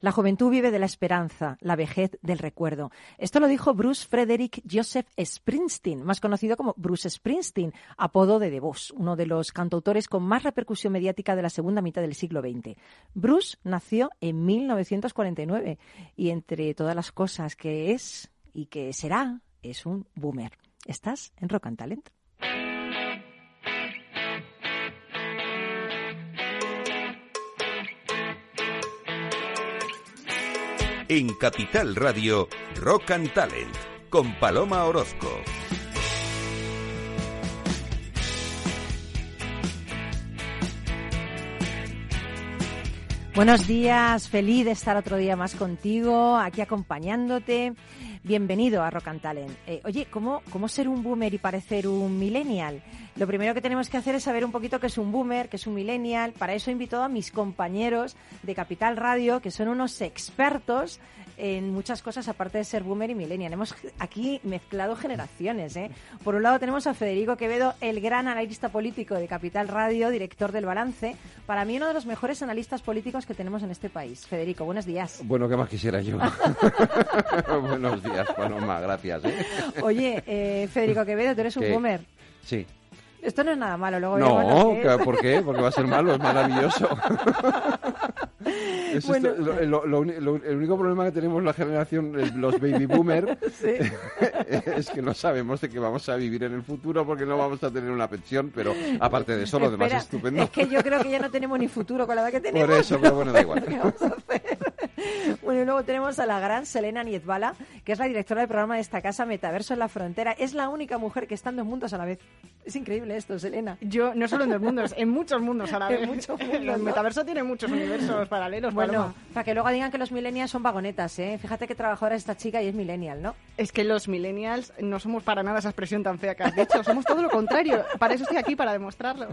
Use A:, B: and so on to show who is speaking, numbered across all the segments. A: La juventud vive de la esperanza, la vejez del recuerdo. Esto lo dijo Bruce Frederick Joseph Springsteen, más conocido como Bruce Springsteen, apodo de The Boss, uno de los cantautores con más repercusión mediática de la segunda mitad del siglo XX. Bruce nació en 1949 y entre todas las cosas que es y que será, es un boomer. Estás en Rock and Talent.
B: En Capital Radio, Rock and Talent, con Paloma Orozco.
A: Buenos días, feliz de estar otro día más contigo, aquí acompañándote. Bienvenido a Rock and Talent. Eh, oye, ¿cómo, ¿cómo ser un boomer y parecer un millennial? Lo primero que tenemos que hacer es saber un poquito qué es un boomer, qué es un millennial. Para eso he invitado a mis compañeros de Capital Radio, que son unos expertos en muchas cosas aparte de ser boomer y millennial. Hemos aquí mezclado generaciones. ¿eh? Por un lado tenemos a Federico Quevedo, el gran analista político de Capital Radio, director del Balance. Para mí uno de los mejores analistas políticos que tenemos en este país. Federico, buenos días.
C: Bueno, ¿qué más quisiera yo? Buenos días, Paloma, gracias. ¿eh?
A: Oye, eh, Federico Quevedo, tú eres un
C: ¿Qué?
A: boomer.
C: Sí.
A: Esto no es nada malo, luego veremos lo
C: No, pues,
A: que
C: ¿qué-
A: es.
C: ¿por qué? Porque va a ser malo, es maravilloso. Es esto-
A: Bueno.
C: lo- lo- lo uni- lo- el único problema que tenemos la generación, eh, los baby boomer,
A: Sí.
C: es que no sabemos de qué vamos a vivir en el futuro porque no vamos a tener una pensión, pero aparte de eso, lo demás
A: Espera,
C: es estupendo.
A: Es que yo creo que ya no tenemos ni futuro con la edad que tenemos.
C: Por eso, pero bueno, da igual.
A: ¿Qué vamos a hacer? Bueno, y luego tenemos a la gran Selena Niezbala, que es la directora del programa de esta casa, Metaverso en la Frontera. Es la única mujer que está en dos mundos a la vez. Es increíble esto, Selena.
D: Yo, no solo en dos mundos, en muchos mundos a la
A: En
D: vez.
A: muchos mundos,
D: El
A: ¿no?
D: metaverso tiene muchos universos paralelos,
A: Bueno,
D: Paloma.
A: para que luego digan que los millennials son vagonetas, ¿eh? Fíjate que trabajadora es esta chica y es millennial, ¿no?
D: Es que los millennials no somos para nada esa expresión tan fea que has dicho, somos todo lo contrario. Para eso estoy aquí, para demostrarlo.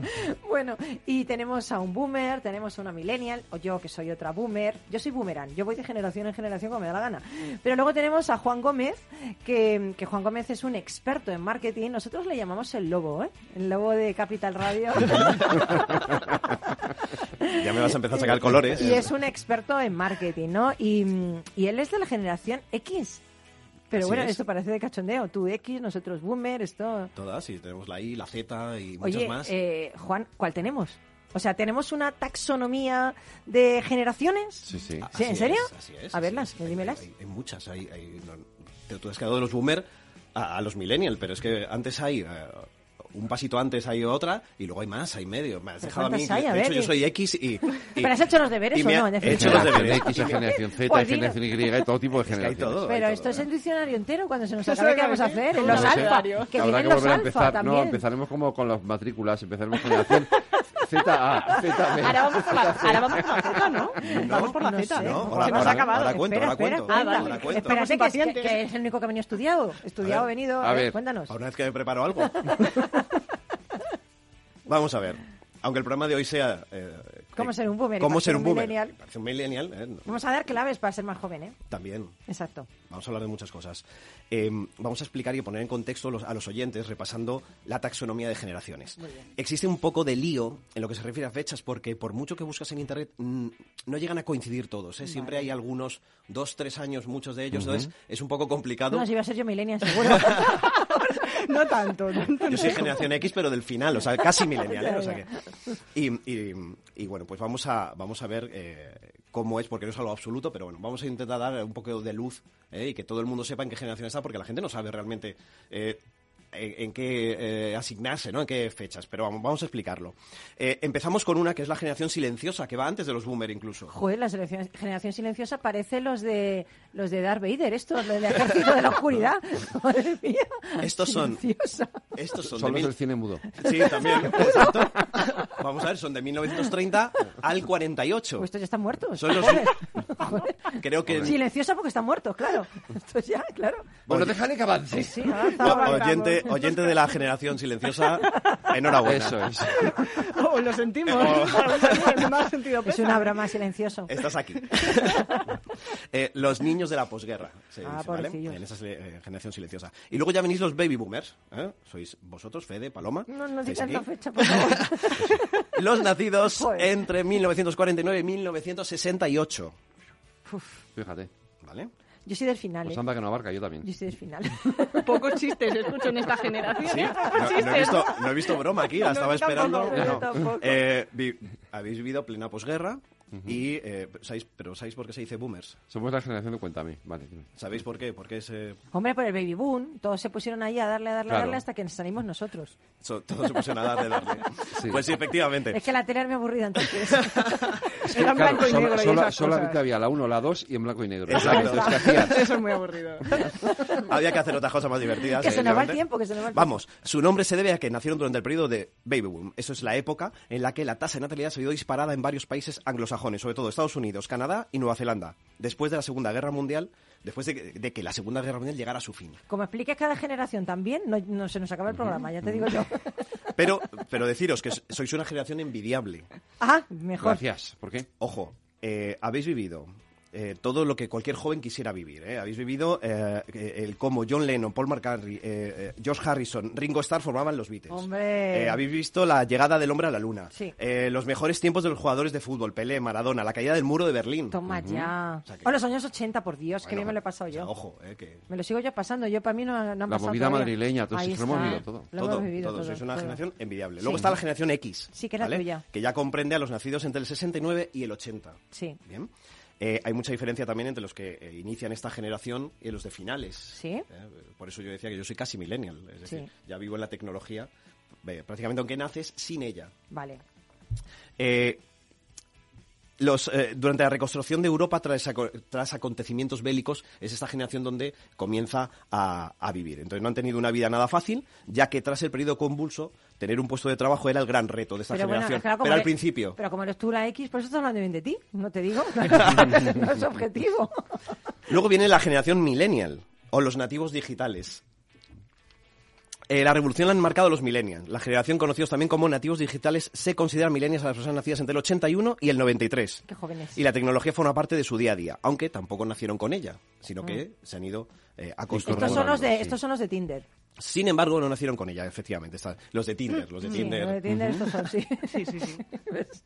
A: Bueno, y tenemos a un boomer, tenemos a una millennial, o yo que soy otra boomer. Yo soy boomerang, yo voy de generación en generación como me da la gana.
E: Mm.
A: Pero luego tenemos a Juan Gómez, que, que Juan Gómez es un experto en marketing. Nosotros le llamamos el lobo, ¿eh? El lobo de Capital Radio.
E: Ya me vas a empezar a sacar colores.
A: Eh, y es un experto en marketing, ¿no? Y, mm, y él es de la generación X. Pero
E: Así
A: bueno,
E: es.
A: esto parece de cachondeo. Tú X, nosotros boomer, esto...
E: Todas, y tenemos la I, la Z y muchas
A: Oye,
E: más.
A: eh, Juan, ¿cuál tenemos? O sea, ¿tenemos una taxonomía de generaciones?
C: Sí, sí.
E: A-
A: ¿sí, en
E: así
A: serio?
E: es, así es,
A: A
E: así
A: verlas,
E: es. Hay-
A: dímelas.
E: Hay, hay muchas. Hay, hay- no- te, tú has quedado de los boomer a, a los millennial, pero es que antes hay... eh, un pasito antes hay otra y luego hay más, hay medio. Me has
A: ¿Pero
E: dejado a mí.
A: cuántas hay?
E: de
A: A
E: hecho,
A: ver,
E: yo
A: y-
E: soy X y. y-
A: ¿Pero has hecho los deberes
E: y
A: o
E: me ha-
A: no, en
E: He hecho los
A: definitiva?
E: deberes.
C: X, hay generación Z,
A: Pues
C: hay
A: dilo.
C: generación Y, hay todo tipo de
E: Es que hay
C: generaciones.
E: todo. hay
A: Pero
E: todo, ¿eh?
A: esto es
E: ¿verdad?
A: el diccionario entero cuando se nos
D: Eso
A: acabe
D: es
A: qué vamos a
D: verdad.
A: hacer en
D: No
A: los
D: sé.
A: alfa,
D: Habrá
A: que
C: Habrá
A: vienen
C: que
A: los
C: volver a
A: alfa
C: empezar. No,
A: también.
C: empezaremos como con las matrículas. Empezaremos con generación ZA, ZB.
D: Ahora vamos por la, ahora vamos por la Z, ¿no?
E: No,
D: Vamos por la
A: no
D: Z.
A: sé,
D: ¿no?
A: ¿eh? no,
D: Se
E: ahora-
D: nos ha
E: ahora-
D: acabado.
E: ahora cuento,
A: espera,
E: ahora
A: espera,
E: cuento, Ah,
A: cuenta.
E: ahora cuento.
A: Espérate, que,
D: Somos
A: es- que-
D: Ah, impacientes.
A: que es el único que ha venido estudiado. Estudiado,
E: A ver,
A: venido. eh,
C: a ver.
A: cuéntanos.
E: Ahora es que me preparo algo. Vamos a ver. Aunque el programa de hoy sea... eh,
A: ¿Cómo
E: eh,
A: ser un boomer y
E: ¿Cómo
A: parecer
E: ser
A: un
E: un boomer?
A: millennial?
E: Parecer un millennial, eh, no.
A: Vamos a dar claves para ser más joven, ¿eh?
E: También.
A: Exacto.
E: Vamos a hablar de muchas cosas. Eh, vamos a explicar y poner en contexto los- a los oyentes repasando la taxonomía de generaciones. Existe un poco de lío en lo que se refiere a fechas porque por mucho que buscas en Internet mm, no llegan a coincidir todos. ¿eh? Siempre hay algunos, dos, tres años, muchos de ellos. Entonces es un poco complicado.
A: No, si iba a ser yo millennial, seguro.
D: No tanto, tanto.
E: Yo soy generación X, pero del final, o sea, casi milenial.
A: Ya,
E: o sea que- y, y- y, bueno, pues vamos a, vamos a ver eh, cómo es, porque no es algo absoluto, pero bueno, vamos a intentar dar un poco de luz eh, y que todo el mundo sepa en qué generación está, porque la gente no sabe realmente eh, en, en qué eh, asignarse, ¿no? En qué fechas, pero vamos, vamos a explicarlo. Eh, empezamos con una que es la generación silenciosa, que va antes de los boomer incluso.
A: Joder, la selección- generación silenciosa parece los de los de Darth Vader, estos, los del ejército de la oscuridad. Madre mía.
E: Estos son-
A: Silenciosa.
E: Estos son
C: Son
E: de
C: los
E: mil-
C: del cine mudo.
E: Sí, también. exacto. Vamos a ver, son de 1930 al 48.
A: Pues estos ya están muertos.
E: Son los-
A: Joder. Joder.
E: Creo que
A: Silenciosa porque están muertos, claro. Estos ya, claro.
C: Bueno, dejan que avance.
A: Sí, avanza,
E: O-
A: avanza.
E: oyente, oyente de la generación silenciosa, enhorabuena.
C: Eso es.
D: Oh, lo sentimos. En el mal sentido.
A: Es
D: pesa.
A: una obra más silencioso.
E: Estás aquí. Eh, los niños de la posguerra, se
A: Ah,
E: dice, ¿vale?
A: pobrecillos.
E: En esa eh, generación silenciosa. Y luego ya venís los baby boomers, ¿eh? Sois vosotros, Fede, Paloma.
A: No, no
E: estáis
A: digas la
E: aquí.
A: fecha, por favor.
E: Los nacidos
A: Joder.
E: entre 1949 y 1968.
A: Uf,
C: Fíjate.
E: ¿Vale?
A: yo soy del final,
C: Pues
A: ¿eh?
C: anda que no abarca, yo también.
A: Yo soy del final.
D: Pocos chistes escucho en esta generación.
E: Sí,
D: ¿eh?
E: no, no he visto, no he visto broma aquí, la
A: No,
E: estaba
A: yo tampoco,
E: esperando.
A: yo
E: No.
A: tampoco.
E: Eh, vi- habéis vivido plena posguerra y eh, ¿sabéis, pero ¿sabéis por qué se dice boomers?
C: Somos la generación de Cuéntame. Vale.
E: ¿Sabéis por qué? Porque es, eh,
A: Hombre, por el baby boom, todos se pusieron ahí a darle, a darle, a
C: Claro.
A: darle hasta que nos salimos nosotros.
E: so- todo se pusieron a darle, darle.
C: Sí.
E: Pues sí, efectivamente.
A: Es que la tele era muy aburrida entonces.
D: Era
C: Claro,
D: en blanco y
C: sola-
D: negro y
C: sola-
D: esas
C: solamente
D: cosas.
C: había la 1, la 2 y en blanco y negro.
E: Exacto.
C: Entonces, ¿qué hacías?
D: Eso es muy aburrido.
E: Había que hacer otras cosas más divertidas.
A: Que se nos va el
E: evidentemente.
A: tiempo, que se nos va el
E: Vamos, su nombre se debe a que nacieron durante el periodo de Baby Boom. Eso es la época en la que la tasa de natalidad se vio disparada en varios países anglosajones, sobre todo Estados Unidos, Canadá y Nueva Zelanda. Después de la Segunda Guerra Mundial, después de que, de que la Segunda Guerra Mundial llegara a su fin.
A: Como expliques cada generación también, no, no se nos acaba el programa, ya te digo yo.
E: Pero, pero deciros que sois una generación envidiable.
A: Ah, mejor.
C: Gracias. ¿Por qué?
E: Ojo, eh, habéis vivido eh, todo lo que cualquier joven quisiera vivir. ¿eh? Habéis vivido eh, el cómo John Lennon, Paul McCartney, eh, eh, George Harrison, Ringo Starr formaban los Beatles.
A: Hombre.
E: Eh, habéis visto la llegada del hombre a la luna.
A: Sí.
E: Eh, los mejores tiempos de los jugadores de fútbol, Pelé, Maradona, la caída del muro de Berlín.
A: Toma ya.
E: sea que-
A: O los años 80, por Dios, que
E: Bueno,
A: bien me lo he pasado
E: o sea,
A: yo.
E: Ojo, eh, que
A: Me lo sigo yo pasando, yo para mí no, no han
C: La
A: pasado
C: movida
A: todavía.
C: madrileña, todo
A: Ahí
C: eso lo hemos
A: está.
C: vivido todo.
A: Lo
E: todo,
A: hemos vivido
E: todo,
A: todo,
E: sois una
A: todo.
E: generación envidiable.
A: Sí.
E: Luego está la generación X.
A: Sí, que es la tuya.
E: Que ya comprende a los nacidos entre el 69 y el 80.
A: Sí.
E: Bien. Eh, hay mucha diferencia también entre los que eh, inician esta generación y los de finales.
A: Sí.
E: Eh, por eso yo decía que yo soy casi millennial. Es decir,
A: Sí.
E: ya vivo en la tecnología, eh, prácticamente aunque naces sin ella.
A: Vale.
E: Eh, los, eh, durante la reconstrucción de Europa tras, aco- tras acontecimientos bélicos es esta generación donde comienza a, a vivir. Entonces no han tenido una vida nada fácil, ya que tras el periodo convulso tener un puesto de trabajo era el gran reto de esta
A: Pero bueno,
E: generación.
A: claro, como
E: pero al
A: eres-
E: principio.
A: Pero como eres tú la X, por eso estás hablando bien de ti, no te digo. no es objetivo.
E: Luego viene la generación millennial o los nativos digitales. Eh, la revolución la han marcado los millennials. La generación conocidos también como nativos digitales se consideran millennials a las personas nacidas entre el 81 y el 93.
A: Qué jóvenes.
E: Y la tecnología forma parte de su día a día, aunque tampoco nacieron con ella, sino que se han ido eh, acostumbrando.
A: Mm. Estos son, los de,
C: sí.
A: estos son los de Tinder.
E: Sin embargo, no nacieron con ella, efectivamente. Está- los de Tinder, los de
A: Sí,
E: Tinder.
A: los de Tinder estos son, sí.
D: Sí, sí, sí.
A: ¿Ves?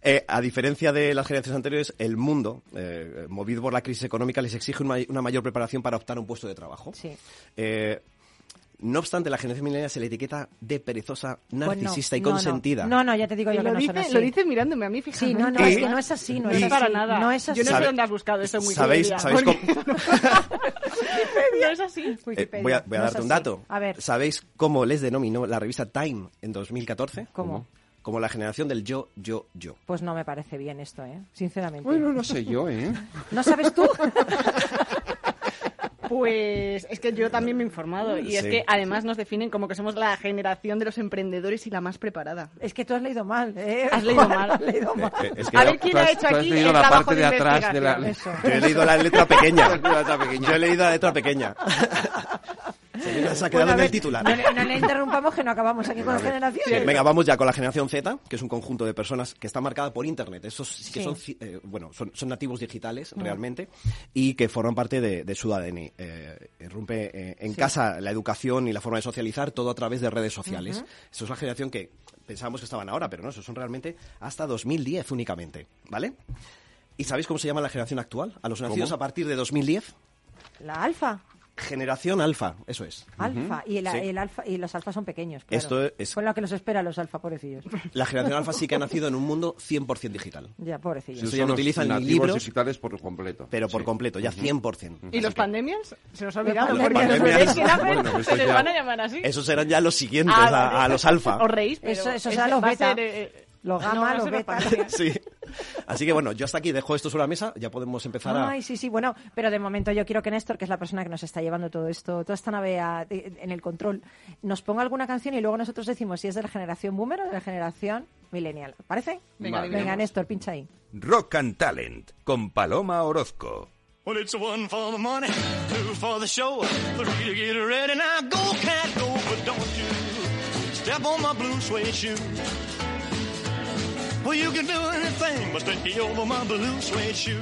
E: Eh, a diferencia de las generaciones anteriores, el mundo, eh, movido por la crisis económica, les exige un may- una mayor preparación para optar a un puesto de trabajo.
A: Sí.
E: Eh, no obstante, la generación milenial se le etiqueta de perezosa,
A: Pues no,
E: narcisista y
A: no, no.
E: consentida.
A: No, no, ya te digo yo que
D: lo,
A: no son
D: dice,
A: así.
D: lo dice mirándome a mí, fíjate.
A: Sí, no, no,
E: Y-
A: es que no es así, no
D: No
A: es
D: es
A: así.
D: para nada.
A: No es así.
D: Yo no sé
E: Sabe-
D: dónde has buscado eso. en
E: ¿Sabéis,
D: Wikipedia,
E: sabéis
D: porque-
E: cómo-
D: No es así.
E: Eh, voy a, voy a
A: No es
E: darte un
A: así.
E: dato.
A: A ver,
E: ¿Sabéis cómo les denominó la revista Time en 2014?
A: ¿Cómo?
E: Como la generación del yo, yo, yo.
A: pues no me parece bien esto, ¿eh? Sinceramente.
C: Bueno, no sé yo, ¿eh?
A: ¿No sabes tú?
D: Pues es que yo también me he informado. Y es
E: Sí.
D: que además nos definen como que somos la generación de los emprendedores y la más preparada.
A: Es que tú has leído mal, ¿eh?
D: Has leído mal.
A: Has leído mal.
E: Eh, eh, es que
D: A
E: yo-
D: ver quién
C: tú has-
D: ha hecho
C: tú has
D: aquí
C: leído
D: el
C: la
D: trabajo
C: parte
D: de
C: de atrás de la-
D: investigación.
A: Eso.
E: Yo he leído la letra pequeña.
C: La letra pequeña.
E: Yo he leído la letra pequeña. Señora, se ha quedado
A: Bueno, a
E: en
A: ver,
E: el titular.
A: No, le- no le interrumpamos que no acabamos aquí con las generaciones.
E: Venga, vamos ya con la generación Z, que es un conjunto de personas que está marcada por Internet. Esos sí que
A: Sí.
E: son, ci- eh, bueno, son, son nativos digitales realmente y que forman parte de, de su ADN. Eh, irrumpe eh, en casa la educación y la forma de socializar todo a través de redes sociales. Eso es la generación que pensábamos que estaban ahora, pero no, esos son realmente hasta 2010 únicamente, ¿vale? ¿Y sabéis cómo se llama la generación actual? A los nacidos
C: ¿Cómo?
E: a partir de 2010,
A: La alfa.
E: generación alfa, eso es.
A: Alfa. Y, el-
E: Sí.
A: el alfa y los alfas son pequeños. Claro.
E: Esto es-
A: Con lo que los espera a los alfa, pobrecillos.
E: La generación alfa sí que ha nacido en un mundo 100% digital.
A: Ya, pobrecillos.
E: Eso
C: Esos
E: ya
C: son
E: no
C: los
E: utilizan ni
C: nativos
E: libros.
C: digitales por completo.
E: pero por
C: Sí.
E: completo, ya 100%.
D: ¿Y los pandemials? Se nos ha olvidado.
A: Los
D: porque
E: pandemials.
D: los que nacen
C: Bueno, pues
D: se les
C: ya-
D: van a llamar así.
E: Esos serán ya los siguientes
D: Ah,
E: a,
D: vale.
E: a los alfa.
D: Os reís, pero
A: Eso- eso
D: es-
A: serán los
D: va a
A: beta.
D: ser, eh,
A: Los
D: no,
A: gamma,
D: va a
A: los
D: ser los
A: beta.
D: pandemias.
E: Sí. Así que bueno, yo hasta aquí dejo esto sobre la mesa, ya podemos empezar a...
A: Ay, sí, sí, bueno, pero de momento yo quiero que Néstor, que es la persona que nos está llevando todo esto, toda esta nave a- de- en el control, nos ponga alguna canción y luego nosotros decimos si es de la generación boomer o de la generación millennial. ¿Parece?
D: Venga,
C: Vale.
A: Venga, este-
D: adivinemos.
A: Néstor, pincha ahí.
B: Rock and Talent con Paloma Orozco.
F: Well, it's one for the money, two for the show, three to get ready. Now go, cat, go, but don't you step on my blue suede shoe. Well, you can do anything but take me over my blue suede shoe.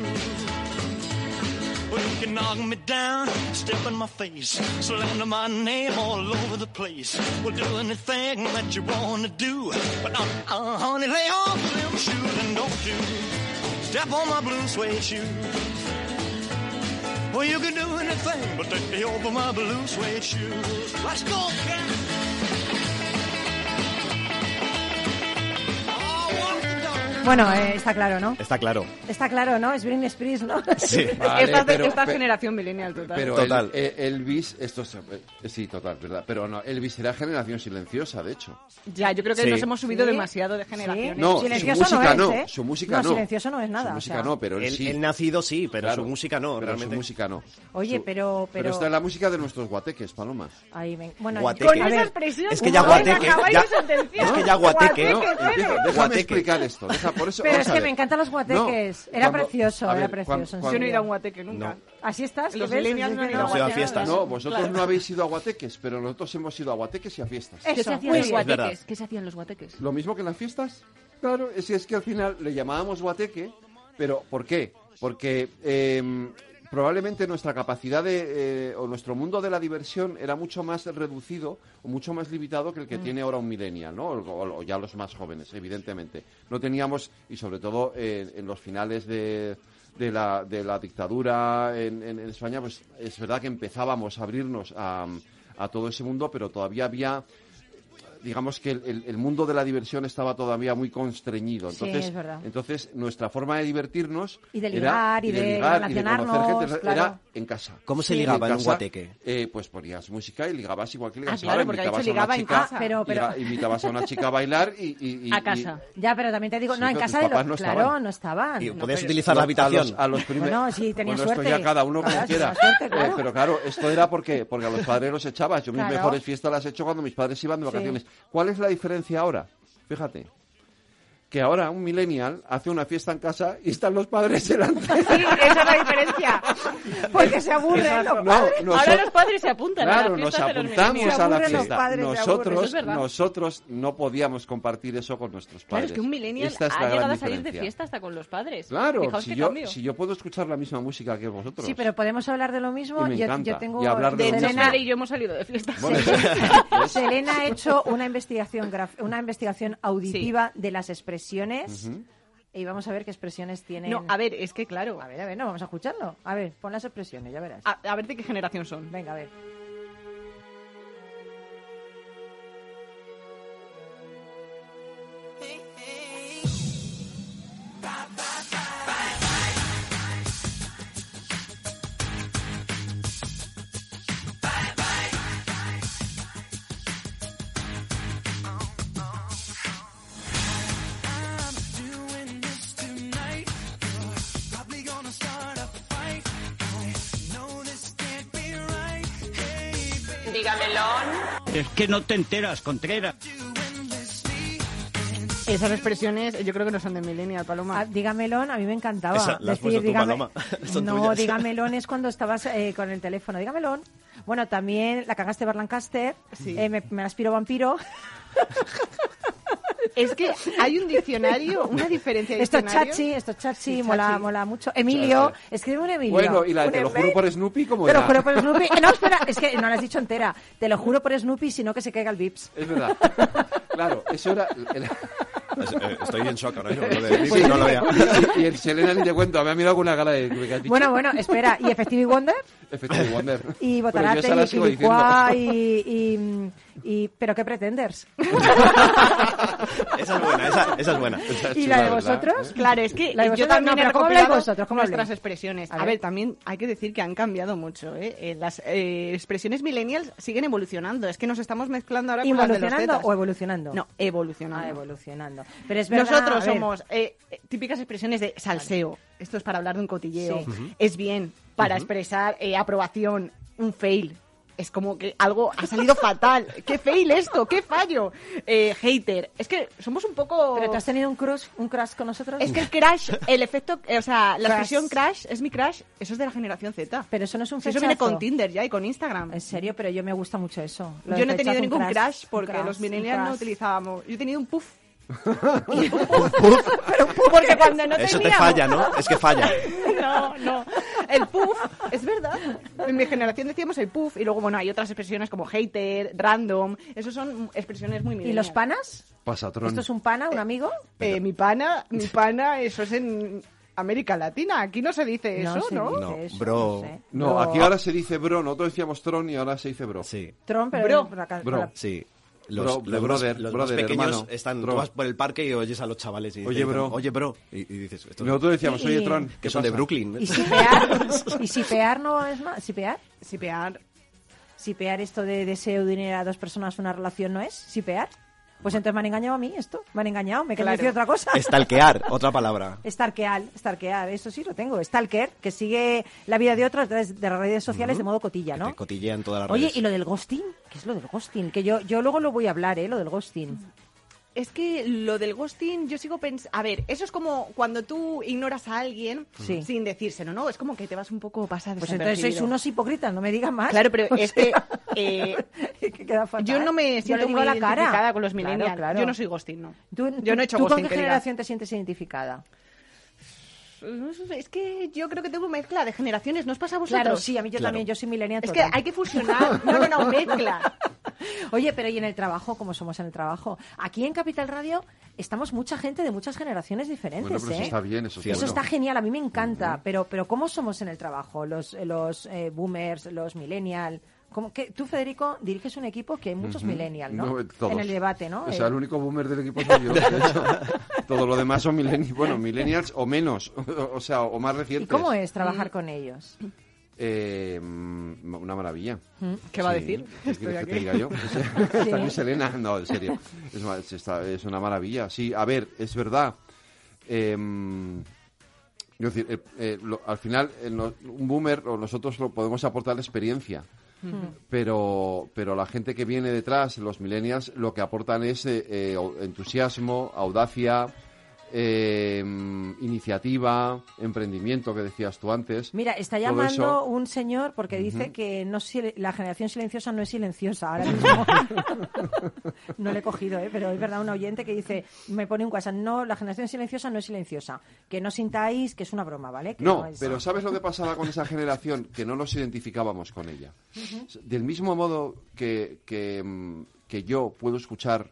F: Well, you can knock me down, step in my face, slander my name all over the place. Well, do anything that you want to do, but uh, uh, honey, lay off them shoes and don't you step on my blue suede shoe. Well, you can do anything but take me over my blue suede shoes. Let's go, cat.
A: Bueno, eh, está claro, ¿no?
E: Está claro.
A: Está claro, ¿no? Es Britney Spears, ¿no?
E: Sí.
C: Vale,
D: esta
C: pero-
D: esta
C: pe-
D: generación millennial total.
C: Pero
E: Total.
C: el- eh, Elvis, esto es- eh, sí, total, verdad. Pero no, Elvis era generación silenciosa, de hecho.
D: ya, yo creo que
E: Sí.
D: nos hemos subido
A: Sí.
D: demasiado de generaciones.
A: Sí.
C: No,
A: Silencioso
C: su música
A: no
C: no,
A: es, ¿eh?
C: su música
A: No,
C: no.
A: silencioso no es nada,
C: Su
A: o
C: música
A: sea.
C: no, pero él
E: El,
C: sí.
E: el nacido sí, pero
C: Claro.
E: su música no.
C: Pero
E: realmente.
C: su música no.
A: Oye,
C: Su-
A: pero- pero-
C: Pero esta es la música de nuestros guateques, Paloma.
A: Ahí me- Bueno,
E: Guateque.
A: con
E: Con
A: a
E: esa
A: ver,
G: expresión,
E: Es que ya
G: joder,
E: guateque.
G: acabáis
E: ya-
G: de sentenciar.
E: es que ya guateque.
C: No, empieza- déjame
E: Guateque.
C: explicar esto. deja- por eso,
A: Pero
C: vamos
A: es
C: a
A: que
C: ver.
A: me encantan los guateques.
C: No,
A: Era
C: cuando-
A: precioso,
C: a
A: era
C: ver,
A: precioso. en
C: cuando-
D: Yo no he ido a un
A: serio.
D: guateque nunca.
E: No.
A: Así estás,
D: Los
A: ¿qué ves?
D: millennials
A: Es
D: no han
A: que
D: ido a
E: No se va a fiestas.
C: No, vosotros no habéis ido a guateques, pero nosotros hemos ido a guateques y a fiestas.
A: Eso,
G: ¿Qué se hacían
A: muy
G: los
A: bien.
E: Es verdad.
G: guateques? ¿Qué se hacían los
A: Pues
G: guateques?
C: Lo mismo que en las fiestas. Claro, es, es que al final le llamábamos guateque, pero ¿por qué? Porque eh, probablemente nuestra capacidad de, eh, o nuestro mundo de la diversión era mucho más reducido o mucho más limitado que el que tiene ahora un millennial, ¿no? O, o- o ya los más jóvenes, evidentemente. No teníamos, y sobre todo eh, en los finales de... De la, de la dictadura en, en- en España, pues es verdad que empezábamos a abrirnos a, a todo ese mundo, pero todavía había digamos que el, el- el mundo de la diversión estaba todavía muy constreñido.
A: Sí,
C: Entonces,
A: es verdad.
C: entonces nuestra forma de divertirnos
A: Y de
C: era-
A: ligar, y de
C: conocer
A: relacionarnos,
C: gente,
A: claro.
C: era en casa.
E: ¿Cómo se
C: Y
E: ligaba en un
C: casa,
E: guateque?
C: eh, pues ponías música y ligabas igual
A: Ah,
C: que ligabas
D: claro,
C: ahora,
D: porque ha
C: invitabas
D: dicho
C: a una
D: ligaba en
C: chica,
D: casa.
A: Pero- pero-
C: liga- invitabas a una chica a bailar y, y- y-
G: A
C: y-
G: casa.
A: Ya, pero también te digo,
C: Sí,
A: no, en
C: pero
A: casa
C: tus
A: de los...
C: papás no
A: claro,
C: estaban.
A: no estaban.
E: Y
A: No,
E: podías
A: pero-
E: utilizar la
C: a los- a los-
E: habitación.
C: A los, primeros.
A: Bueno, sí, tenías
C: bueno,
A: suerte.
C: esto ya cada uno como
A: Claro,
C: quiera.
A: tenías suerte,
C: Eh,
A: claro.
C: pero claro, esto era porque, porque a los padres los echabas. Yo mis
A: Claro.
C: mejores fiestas las he hecho cuando mis padres iban de
A: Sí.
C: vacaciones. ¿Cuál es la diferencia ahora? Fíjate. Que ahora un millennial hace una fiesta en casa y están los padres delante.
D: Sí, esa es la diferencia.
A: Porque se aburren los padres.
G: Ahora
C: nosotros-
G: los padres se apuntan a
C: Claro,
G: las
C: nos
G: fiestas de los
C: apuntamos
A: millennials.
C: a la
A: Se aburren los
C: fiesta.
A: padres, se aburren,
G: eso es
C: nosotros,
G: verdad.
C: nosotros no podíamos compartir eso con nuestros
G: Claro,
C: padres.
G: es que un millennial
C: Esta es
G: ha
C: la
G: llegado
C: gran
G: a salir de
C: diferencia.
G: fiesta hasta con los padres.
C: Claro,
G: Fijaos
C: si
G: qué
C: yo,
G: cambio.
C: si yo puedo escuchar la misma música que vosotros.
A: Sí, pero podemos hablar de lo mismo.
C: Y me
A: yo,
C: encanta.
A: yo tengo
C: Y hablar de
G: De
C: lo
G: hecho,
C: mismo.
A: Selena,
G: Mari y yo hemos salido de fiestas.
C: Bueno,
A: Selena ha hecho una investigación graf- una investigación auditiva de las expresiones y vamos a ver qué expresiones tienen.
D: No, a ver, es que claro.
A: a ver, a ver, no, vamos a escucharlo. A ver, pon las expresiones, ya verás.
D: A, a ver de qué generación son.
A: Venga, a ver.
H: Es que no te enteras, Contreras.
D: Esas expresiones yo creo que no son de Millennial, Paloma.
A: Ah, dígamelón, a mí me encantaba.
E: Esa la has puesto tú, Paloma. Son
A: no,
E: tuyas.
A: dígamelón es cuando estabas eh, con el teléfono. Dígamelón. Bueno, también la cagaste Barlancaster.
D: Sí.
A: Eh, me, me aspiro vampiro.
D: Es que hay un diccionario, una diferencia de
A: Esto es
D: diccionario.
A: chachi, esto es chachi,
D: Sí,
A: mola,
D: chachi.
A: mola mucho. Emilio,
C: Chachi.
A: escribe un Emilio.
C: Bueno, y la de
A: Un
C: te lo juro
A: Emilio.
C: por Snoopy, como
A: Te lo
C: era?
A: juro por Snoopy. Eh, No, espera, es que no la has dicho entera. Te lo juro por Snoopy, sino que se caiga el Vips.
C: Es verdad. Claro, eso era. el-
E: Eh, Estoy en shock ahora mismo. lo de-
C: Sí,
E: no lo vea.
C: Y, y el Selena ni te cuento, me ha mirado con una cara de. que has dicho,
A: Bueno, bueno, espera. Y Effective Wonder,
C: Effective Wonder. Pero yo
A: y
C: esa
A: Botarate,
C: la
A: y
C: sigo
A: Quilicuá,
C: diciendo.
A: y, y, y- ¿Pero qué pretenders?
E: Esa es buena, esa, esa es buena.
C: Esa es
A: ¿Y
C: chula,
A: la de
C: Pues, ah, ¿verdad?
A: vosotros?
D: Claro, es que
A: La de
D: yo
A: vosotros,
D: también
A: no,
D: he
A: pero ¿cómo habláis
D: recopilado
A: vosotras? ¿Cómo
D: nuestras
A: habláis?
D: expresiones.
A: A
D: A
A: ver.
D: ver. también hay que decir que han cambiado mucho. ¿eh? Eh, las eh, expresiones millennials siguen evolucionando. Es que nos estamos mezclando ahora con las de los
A: ¿Involucionando
D: zetas.
A: o evolucionando?
D: No,
A: Ah,
D: evolucionando.
A: evolucionando. Pero es verdad,
D: Nosotros
A: a ver,
D: somos eh, eh, típicas expresiones de salseo. Esto es para hablar de un cotilleo.
A: Sí.
D: Es bien, para expresar eh, aprobación, un fail. Es como que algo ha salido fatal. ¿Qué fail esto? ¿Qué fallo? Eh, hater. Es que somos un poco...
A: ¿Pero tú has tenido un crush, un crush con nosotros?
D: Es que el crash, el efecto, eh, o sea, la
A: Crash.
D: expresión crash es mi crash, eso es de la generación Z.
A: Pero eso no es un
D: Si
A: fechazo.
D: eso viene con Tinder ya y con Instagram.
A: En serio, pero yo me gusta mucho eso. Lo
D: Yo
A: del
D: no he tenido
A: fechazo, un
D: ningún crash
A: un
D: porque
A: crush,
D: los
A: un
D: millennials no
A: crush.
D: utilizábamos. Yo he tenido un puff.
A: Pero, ¿por qué?
D: Porque cuando no
E: Eso te
D: teníamos-
E: falla, ¿no? Es que falla.
D: No, no. El puff, es verdad. En mi generación decíamos el puff y luego, bueno, hay otras expresiones como hater, random. Esos son expresiones muy
A: ¿Y
D: millennial.
A: los panas?
C: Pasatrón.
A: ¿Esto es un pana, un amigo?
D: Eh, mi pana, mi pana, eso es en... América Latina. Aquí no se dice
A: No
D: eso,
A: se
D: ¿no?
A: dice
E: No,
A: eso,
E: bro.
A: sé.
C: No,
D: No.
C: aquí ahora se dice bro, nosotros decíamos tron y ahora se dice bro.
E: Sí.
A: Tron, pero
D: Bro.
A: por la ca-
C: Bro.
A: por la-
E: Sí.
C: Bro,
E: Los, los,
C: brother,
E: más, los
C: brother,
E: más pequeños
C: hermano,
E: están, tú
C: bro.
E: vas por el parque y oyes a los chavales y
C: Oye,
E: dicen,
C: bro.
E: oye, bro, y, y dices, esto-
C: Nosotros decíamos,
A: Y-
C: oye tron, ¿qué
E: que son de
C: pasa?
E: Brooklyn.
A: ¿Y sipear? ¿Y sipear no es más? ¿Sipear?
D: Sipear.
A: ¿Sipear esto de deseo de dinero a dos personas una relación no es? ¿Sipear? Pues entonces me han engañado a mí esto. Me han engañado. Me quieren
D: Claro.
A: decir otra cosa.
E: Estalquear, otra palabra.
A: Eh, Stalkear, stalkear, eso sí lo tengo. Stalker, que sigue la vida de otros a través de las redes sociales de modo cotilla,
E: Que
A: ¿no?
E: te cotillean todas las
A: Oye,
E: redes.
A: ¿y lo del ghosting? ¿Qué es lo del ghosting? Que yo, yo luego lo voy a hablar, ¿eh? Lo del ghosting.
D: Pues Es que lo del ghosting, yo sigo pensando. A ver, eso es como cuando tú ignoras a alguien
A: Sí.
D: sin decírselo, ¿no? Es como que te vas un poco pasado.
A: Pues entonces sois unos hipócritas, no me digas más.
D: Claro, pero
A: O
D: es
A: sea,
D: que. eh,
A: que queda fatal.
D: yo no me
A: le
D: siento
A: digo
D: muy
A: la cara.
D: identificada con los
A: Claro,
D: millennials.
A: claro.
D: Yo no soy ghosting, ¿no?
A: ¿Tú,
D: yo no he hecho
A: ¿tú con
D: ghosting.
A: qué
D: que diga.
A: generación te sientes identificada?
D: Es que yo creo que tengo mezcla de generaciones. ¿Nos pasa a vosotros?
A: Claro, sí, a mí yo
E: Claro.
A: también, yo soy milenial.
D: Es que hay que fusionar. No, no, no, mezcla.
A: Oye, pero ¿y en el trabajo? ¿Cómo somos en el trabajo? Aquí en Capital Radio estamos mucha gente de muchas generaciones diferentes,
C: Bueno, pero eso
A: ¿eh?
C: está bien, eso, es
A: Eso
C: bueno.
A: está genial, a mí me encanta, pero, pero ¿cómo somos en el trabajo? Los, eh, los eh, boomers, los millennial. ¿Cómo que, tú, Federico, diriges un equipo que hay muchos millennial, ¿no?
C: No, eh, todos.
A: En el debate, ¿no?
C: O sea,
A: Eh,
C: el único boomer del equipo soy yo. de hecho. Todo lo demás son millennials, bueno, millennials o menos, o sea, o más recientes.
A: ¿Y cómo es trabajar con ellos?
C: Eh, mm, una maravilla.
D: ¿Qué va a
C: Sí,
D: decir?
C: ¿Qué
D: Estoy
C: quieres que
D: aquí.
C: te diga yo? O sea, También Selena, no, en serio. Es, una- es esta- es una maravilla. Sí, a ver, es verdad. Em, yo decir, eh, eh, lo- al final, eh, no- un boomer o nosotros lo podemos aportar experiencia. Pero, pero la gente que viene detrás, los millennials, lo que aportan es eh, eh, au- entusiasmo, audacia, em, iniciativa, emprendimiento, que decías tú antes.
A: Mira, está
C: Todo
A: llamando
C: eso-
A: un señor porque dice que no sil- la generación silenciosa no es silenciosa ahora mismo. no le he cogido, ¿eh? pero es verdad, un oyente que dice, me pone un WhatsApp, no, la generación silenciosa no es silenciosa. Que no sintáis que es una broma, ¿vale? Que
C: No,
A: es-
C: pero ¿sabes lo que pasaba con esa generación? Que no nos identificábamos con ella. Del mismo modo que, que, mm, que yo puedo escuchar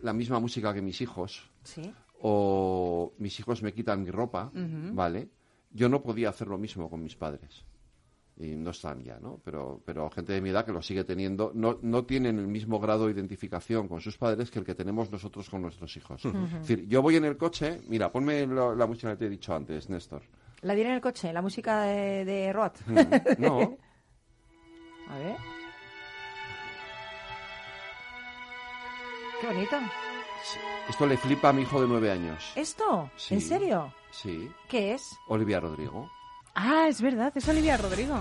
C: la misma música que mis hijos,
A: Sí.
C: o mis hijos me quitan mi ropa, ¿vale? Yo no podía hacer lo mismo con mis padres. Y no están ya, ¿no? Pero, pero gente de mi edad que lo sigue teniendo, no, no tienen el mismo grado de identificación con sus padres que el que tenemos nosotros con nuestros hijos. Es decir, yo voy en el coche, mira, ponme lo- la música que te he dicho antes, Néstor.
A: La diré en el coche, la música de, de Roth.
C: No,
A: A ver. Qué bonito.
C: esto le flipa a mi hijo de nueve años.
A: Eh. ¿Esto?
C: Sí.
A: ¿En serio?
C: Sí,
A: ¿Qué es?
C: Olivia Rodrigo.
D: Ah, es verdad, es Olivia Rodrigo.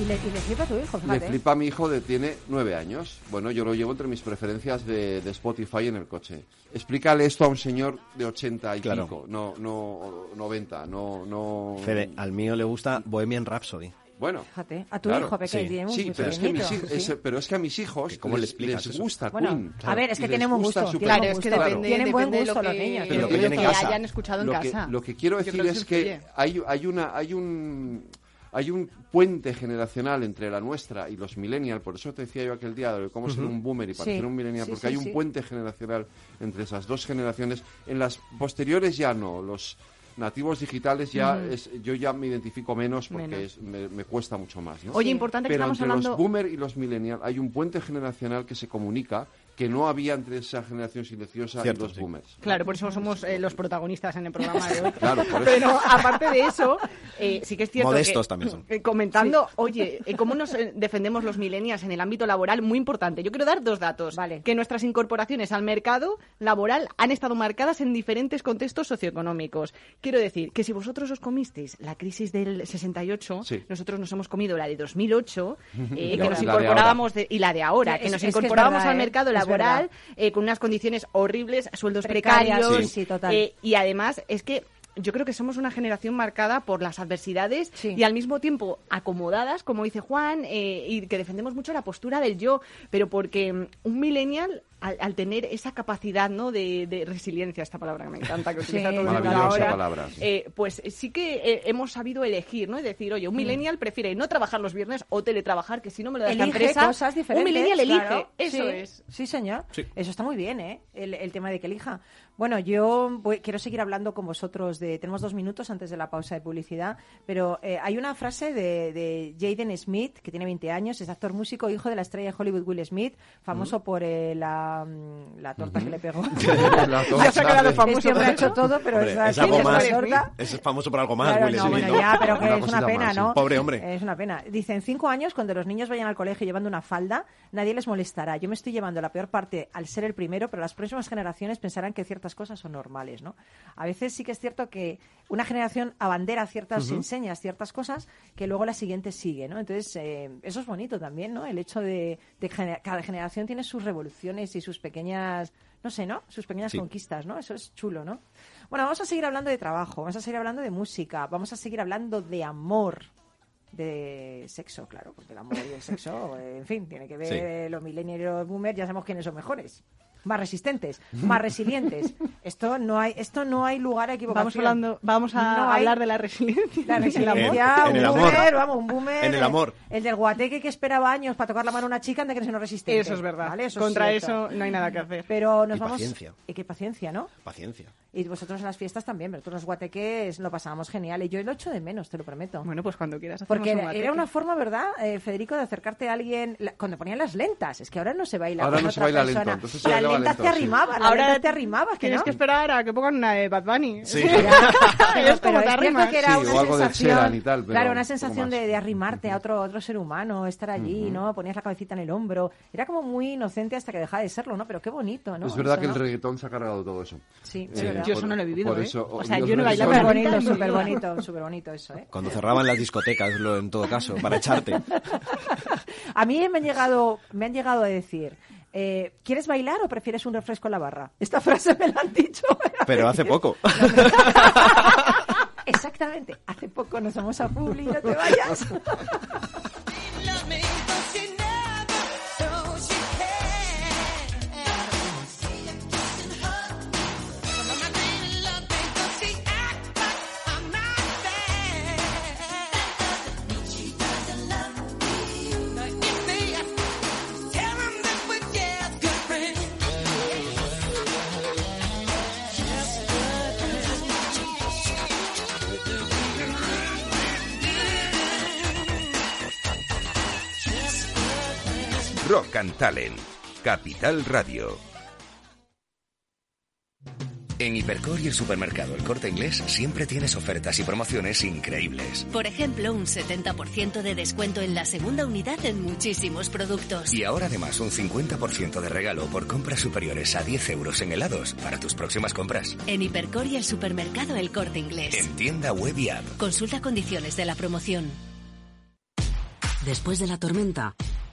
A: Y le, y le flipa a tu hijo,
C: Le
A: fíjate.
C: flipa a mi hijo de tiene nueve años. Bueno, yo lo llevo entre mis preferencias de, de Spotify en el coche. Explícale esto a un señor de 80 y
E: Claro.
C: pico, no, no, 90, no, no...
E: Fede, al mío le gusta Bohemian Rhapsody.
C: Bueno.
A: Fíjate, ¿eh? a tu
C: Claro,
A: hijo pequeño.
E: sí.
A: tiene un-
C: Sí,
A: muy
C: pero es, que a mis
A: pequeñito,
C: hij-
A: sí.
C: es- pero es que a mis hijos
E: ¿Cómo le
C: les,
E: explicas
C: les
E: eso?
C: gusta
A: Bueno,
C: Queen.
A: a ver, es
C: y
A: que
C: les
A: tienen buen
C: gusta
A: gusto.
C: Superman.
A: Claro,
D: Claro, es que
C: Claro.
D: depende,
A: Tienen buen
D: depende
A: gusto
D: de lo
A: los
D: que,
A: niños,
D: de
E: Pero
D: lo
E: que
D: que
E: vienen en casa.
D: hayan escuchado en
C: lo
D: casa.
C: Que, lo que quiero
D: Yo creo
C: decir es
D: eso
C: que
D: influye.
C: hay, hay, una, hay, un, hay un puente generacional entre la nuestra y los millennials. Por eso te decía yo aquel día de cómo ser un boomer y parecer un millennial.
A: Sí,
C: porque
A: sí,
C: hay un
A: sí.
C: puente generacional entre esas dos generaciones. En las posteriores ya no. Los nativos digitales ya es, yo ya me identifico menos porque
D: Menos.
C: es- me, me cuesta mucho más. ¿no?
D: Oye, importante que
C: Pero
D: estamos
C: entre
D: hablando.
C: los boomer y los millennial hay un puente generacional que se comunica que no había entre esa generación silenciosa
E: Cierto,
C: y los
E: sí.
C: boomers.
D: Claro, por eso somos eh, los protagonistas en el programa de hoy.
C: Claro, por eso.
D: Pero aparte de eso, eh, sí que es cierto
E: Modestos
D: que,
E: también son.
D: eh, comentando, oye, eh, cómo nos eh, defendemos los millennials en el ámbito laboral, muy importante. Yo quiero dar dos datos.
A: Vale.
D: Que nuestras incorporaciones al mercado laboral han estado marcadas en diferentes contextos socioeconómicos. Quiero decir que si vosotros os comisteis la crisis del 68,
C: Sí.
D: nosotros nos hemos comido la de 2008,
C: la-
D: eh, que nos
C: la de ahora.
D: incorporábamos de- y la de ahora,
A: Ya,
D: que
A: es- es
D: nos
A: que es
D: incorporábamos
A: verdad,
D: al
A: eh,
D: mercado
A: es
D: laboral
A: verdad.
D: eh, con unas condiciones horribles, sueldos
A: Precarias,
D: precarios.
A: sí, sí, total.
D: eh, y además es que yo creo que somos una generación marcada por las adversidades
A: Sí.
D: y al mismo tiempo acomodadas, como dice Juan, eh, y que defendemos mucho la postura del yo, pero porque mm, un millennial al, al tener esa capacidad ¿no? de, de resiliencia, esta palabra que me encanta, que
A: Sí.
D: utiliza todo el mundo
C: Maravillosa
D: ahora,
C: palabra, sí.
D: eh, pues sí que eh, hemos sabido elegir, ¿no? Es decir,
A: Mm.
D: oye, un millennial prefiere no trabajar los viernes o teletrabajar, que si no me lo da esta
A: Elige
D: empresa,
A: cosas diferentes.
D: un millennial elige,
A: claro.
D: eso
A: Sí,
D: es.
A: Sí, señor.
E: Sí.
A: Eso está muy bien, ¿eh? El, el tema de que elija. Bueno, yo voy- quiero seguir hablando con vosotros. De, tenemos dos minutos antes de la pausa de publicidad, pero eh, hay una frase de, de Jaden Smith, que tiene 20 años, es actor músico, hijo de la estrella de Hollywood Will Smith, famoso por eh, la, la torta que le pegó.
C: La
D: Ya se ha quedado
C: torta.
D: famoso.
A: Este hombre ha hecho todo, pero
E: Hombre,
A: es la
E: es algo
A: torta.
E: más. Ese es famoso por algo más,
A: Claro,
E: Will
A: no,
E: Smith,
A: bueno,
E: ¿no?
A: ya, pero que
C: Una
A: es
C: cosita
A: una pena,
C: más, sí.
A: ¿no?
E: Pobre hombre.
A: Es una pena. Dicen, cinco años, cuando los niños vayan al colegio llevando una falda, nadie les molestará. Yo me estoy llevando la peor parte al ser el primero, pero las próximas generaciones pensarán que ciertas cosas son normales, ¿no? A veces sí que es cierto que una generación abandera ciertas enseñas, ciertas cosas, que luego la siguiente sigue, ¿no? Entonces, eh, eso es bonito también, ¿no? El hecho de, de gener- cada generación tiene sus revoluciones y sus pequeñas... No sé, ¿no? Sus pequeñas
E: Sí.
A: conquistas, ¿no? Eso es chulo, ¿no? Bueno, vamos a seguir hablando de trabajo, vamos a seguir hablando de música, vamos a seguir hablando de amor de sexo, claro, porque el amor y el sexo, eh, en fin, tiene que ver
E: Sí.
A: eh, los millennials y los boomers, ya sabemos quiénes son mejores, más resistentes, más resilientes. Esto no hay, esto no hay lugar a equivocación.
D: Vamos, hablando, vamos a
A: No hay-
D: hablar de la resiliencia.
A: la
D: del amor.
A: resiliencia,
E: En el
A: un
E: amor.
A: boomer, vamos, un boomer.
E: En el amor.
A: El, del guateque que esperaba años para tocar la mano a una chica antes que no se nos resistente.
D: Eso es verdad.
A: ¿vale? Eso es
D: Contra
A: cierto.
D: eso no hay nada que hacer.
A: Pero nos
E: Y
A: vamos.
E: paciencia.
A: Y qué paciencia, ¿no?
E: Paciencia.
A: Y vosotros en las fiestas también, pero nosotros los guateques lo pasábamos genial. Y yo lo echo de menos, te lo prometo.
D: Bueno, pues cuando quieras. hacemos
A: Porque
D: un
A: era, era
D: guateque.
A: una forma, ¿verdad, eh, Federico, de acercarte a alguien la- cuando ponían las lentas? Es que ahora no se baila.
C: Ahora
A: con
C: no se
A: otra
C: baila lento,
A: persona.
C: entonces se
A: las
C: bailaba
A: lentas te
C: lento, sí.
A: arrimaban, ahora
D: Ahora
A: te arrimabas, que
D: Tienes
A: no.
D: que esperar a que pongan una de Bad Bunny.
E: Sí.
A: Pero,
D: como
A: pero
D: te
A: es cierto
D: arrimas.
A: que era
C: Sí,
A: una
C: o algo de
A: sensación,
C: Sheeran y tal, pero
A: claro, una
C: un poco
A: sensación de,
C: más.
A: de arrimarte a otro, a otro ser humano, estar allí, ¿no? Ponías la cabecita en el hombro. Era como muy inocente hasta que dejaba de serlo, ¿no? Pero qué bonito, ¿no?
C: Es verdad
A: Eso,
C: que el
A: ¿no?
C: reggaetón se ha cargado todo eso.
A: Sí, es
C: Eh,
A: verdad.
D: Yo eso no lo he vivido,
C: por
D: ¿eh?
C: eso- oh,
D: O sea,
C: Dios
D: yo no
C: mío,
D: bailaba
A: Súper
C: eso-
D: reggaetón.
A: bonito, súper bonito, súper bonito eso, ¿eh?
E: Cuando cerraban las discotecas, lo- en todo caso, para echarte.
A: A mí me han llegado, me han llegado a decir, eh, ¿quieres bailar o prefieres un refresco en la barra? Esta frase me la han dicho.
E: Pero hace poco.
A: Exactamente. Hace poco nos vamos a Publi, no te vayas.
B: Rock and Talent, Capital Radio.
I: En Hipercor y el supermercado El Corte Inglés siempre tienes ofertas y promociones increíbles.
J: Por ejemplo, un 70% de descuento en la segunda unidad en muchísimos productos.
I: Y ahora además un 50% de regalo por compras superiores a 10 euros en helados para tus próximas compras.
J: En Hipercor y el supermercado El Corte Inglés.
I: En tienda web y app.
J: Consulta condiciones de la promoción.
K: Después de la tormenta,